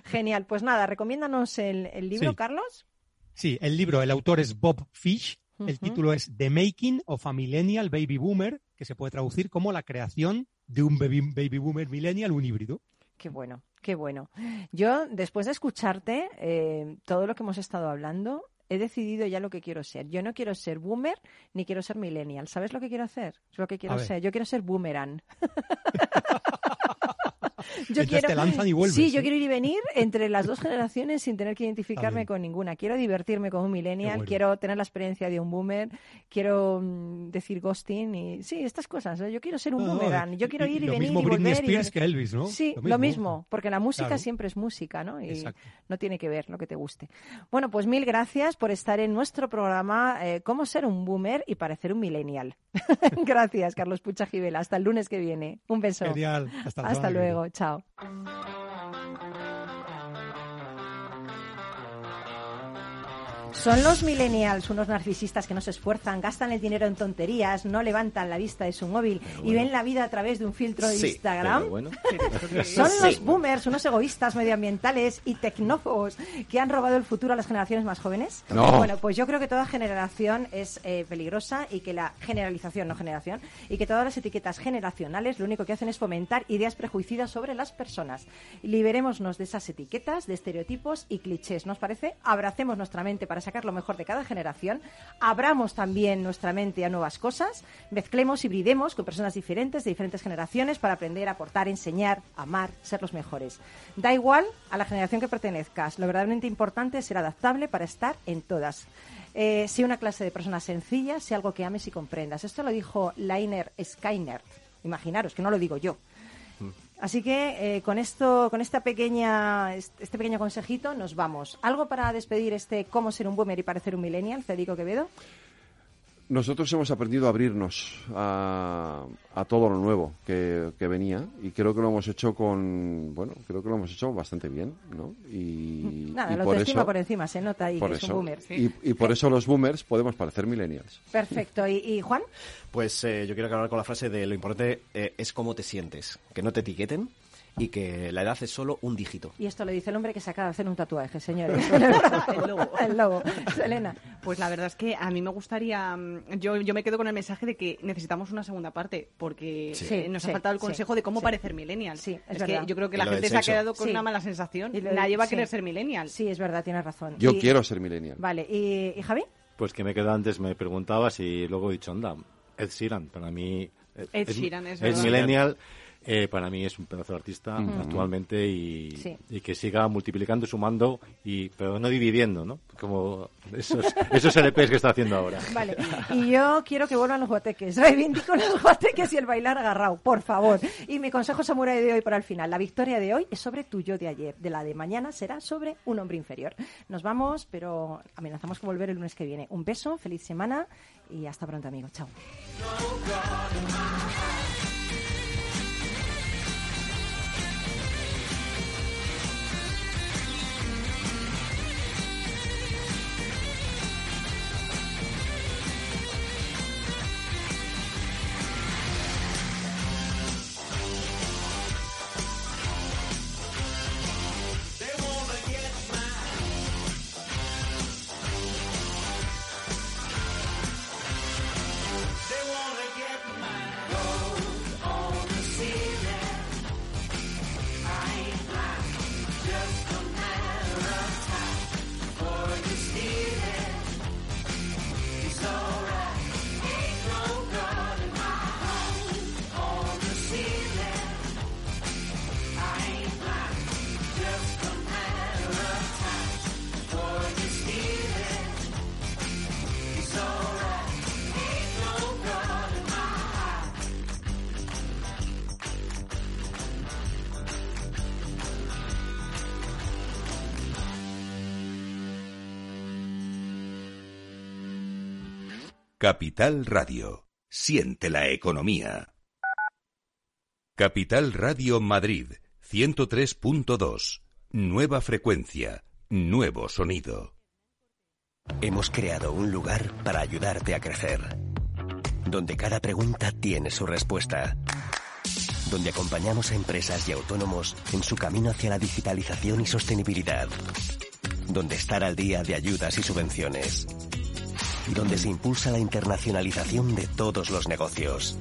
A: Genial. Pues nada, recomiéndanos el, el libro,
Q: Sí.
A: Carlos.
Q: Sí, el libro, el autor es Bob Fish.
A: Ujú.
Q: El título es The Making of a Millennial Baby Boomer, que se puede traducir como la creación de un baby, baby boomer millennial, un híbrido.
A: Qué bueno, qué bueno. Yo, después de escucharte eh, todo lo que hemos estado hablando, he decidido ya lo que quiero ser. Yo no quiero ser boomer ni quiero ser millennial. ¿Sabes lo que quiero hacer? Es lo que quiero
Q: ver.
A: ser. Yo quiero ser boomerang.
Q: Mientras te lanzan y vuelves. ¿eh?
A: Sí, yo quiero ir y venir entre las dos generaciones sin tener que identificarme con ninguna. Quiero divertirme con un millennial,
Q: bueno.
A: quiero tener la experiencia de un boomer, quiero mm, decir ghosting y sí, estas cosas. ¿no? Yo quiero ser un
Q: No, no,
A: boomerang, yo quiero ir y,
Q: lo
A: venir
Q: mismo
A: y
Q: Britney
A: volver. y-
Q: Spears que Elvis, ¿no?
A: Sí, lo
Q: Lo
A: mismo,
Q: mismo.
A: porque la música
Q: Claro.
A: siempre es música, ¿no? Y
Q: Exacto.
A: no tiene que ver lo que te guste. Bueno, pues mil gracias por estar en nuestro programa eh, Cómo ser un boomer y parecer un millennial. gracias, Carlos Pucha Gibela. Hasta el lunes que viene. Un beso.
Q: Genial. Hasta la semana que viene.
A: luego. Chao. Son los millennials, unos narcisistas que no se esfuerzan, gastan el dinero en tonterías, no levantan la vista de su móvil y ven la vida a través de un filtro de
M: Sí,
A: Instagram.
M: pero bueno.
A: Son
M: Sí.
A: los boomers, unos egoístas medioambientales y tecnófobos que han robado el futuro a las generaciones más jóvenes.
M: No.
A: Bueno, pues yo creo que toda generación es eh, peligrosa y que la generalización, no generación, y que todas las etiquetas generacionales lo único que hacen es fomentar ideas prejuicidas sobre las personas. Liberémonos de esas etiquetas, de estereotipos y clichés, ¿nos parece? Abracemos nuestra mente para sacar lo mejor de cada generación, abramos también nuestra mente a nuevas cosas, mezclemos y bridemos con personas diferentes de diferentes generaciones para aprender, aportar, enseñar, amar, ser los mejores. Da igual a la generación que pertenezcas, lo verdaderamente importante es ser adaptable para estar en todas. Eh, sé una clase de personas sencilla, sé algo que ames y comprendas. Esto lo dijo Lainer Skyner. Imaginaros que no lo digo yo. Así que eh, con esto, con esta pequeña, est- este pequeño consejito, nos vamos. Algo para despedir este cómo ser un boomer y parecer un millennial, Federico Quevedo.
C: Nosotros hemos aprendido a abrirnos a, a todo lo nuevo que, que venía y creo que lo hemos hecho con, bueno, creo que lo hemos hecho bastante bien, ¿no? Y,
A: Nada,
C: y
A: la
C: por
A: autoestima
C: eso,
A: por encima se nota ahí
C: por
A: que es un
C: eso-
A: boomer.
C: y, y por eso los boomers podemos parecer millennials.
A: Perfecto. ¿Y, y Juan?
E: Pues eh, yo quiero acabar con la frase de lo importante eh, es cómo te sientes, que no te etiqueten y que la edad es solo un dígito.
A: Y esto lo dice el hombre que se acaba de hacer un tatuaje, señores. en el brazo. El lobo. Selena.
G: Pues la verdad es que a mí me gustaría. mm, Yo, yo me quedo con el mensaje de que necesitamos una segunda parte, porque
A: Sí.
G: eh, nos
A: Sí,
G: ha faltado el
A: sí,
G: consejo de cómo
A: sí.
G: parecer millennial.
A: Sí, es
G: que
A: verdad.
G: yo creo que
A: Y
G: la
A: lo del
G: gente se ha
A: sexo.
G: quedado con
A: Sí.
G: una mala sensación.
A: Y lo-
G: Nadie va a
A: sí.
G: querer ser millennial.
A: Sí, es verdad, tienes razón.
M: Yo
A: Y-
M: quiero
C: ser millennial.
A: Vale, ¿y, y Javi?
M: Pues que me quedo antes, me preguntabas y luego he dicho, anda, Ed Sheeran, para mí... eh,
A: Ed Sheeran, es
M: es
A: verdad.
M: millennial, eh, para mí es un pedazo de artista
A: Mm.
M: actualmente y,
A: Sí.
M: y que siga multiplicando, sumando, y pero no dividiendo, ¿no? Como esos, esos LPs que está haciendo ahora.
A: Vale, y yo quiero que vuelvan los guateques. Reivindico los guateques y el bailar agarrado, por favor. Y mi consejo samurái de hoy para el final. La victoria de hoy es sobre tu yo de ayer. De la de mañana será sobre un hombre inferior. Nos vamos, pero amenazamos con volver el lunes que viene. Un beso, feliz semana y hasta pronto, amigos. Chao.
B: Capital Radio. Siente la economía. Capital Radio Madrid, 103.2. Nueva frecuencia, nuevo sonido.
L: Hemos creado un lugar para ayudarte a crecer, donde cada pregunta tiene su respuesta, donde acompañamos a empresas y autónomos en su camino hacia la digitalización y sostenibilidad, donde estar al día de ayudas y subvenciones, donde se impulsa la internacionalización de todos los negocios,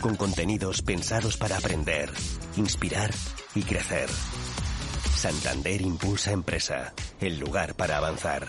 L: con contenidos pensados para aprender, inspirar y crecer. Santander Impulsa Empresa, el lugar para avanzar.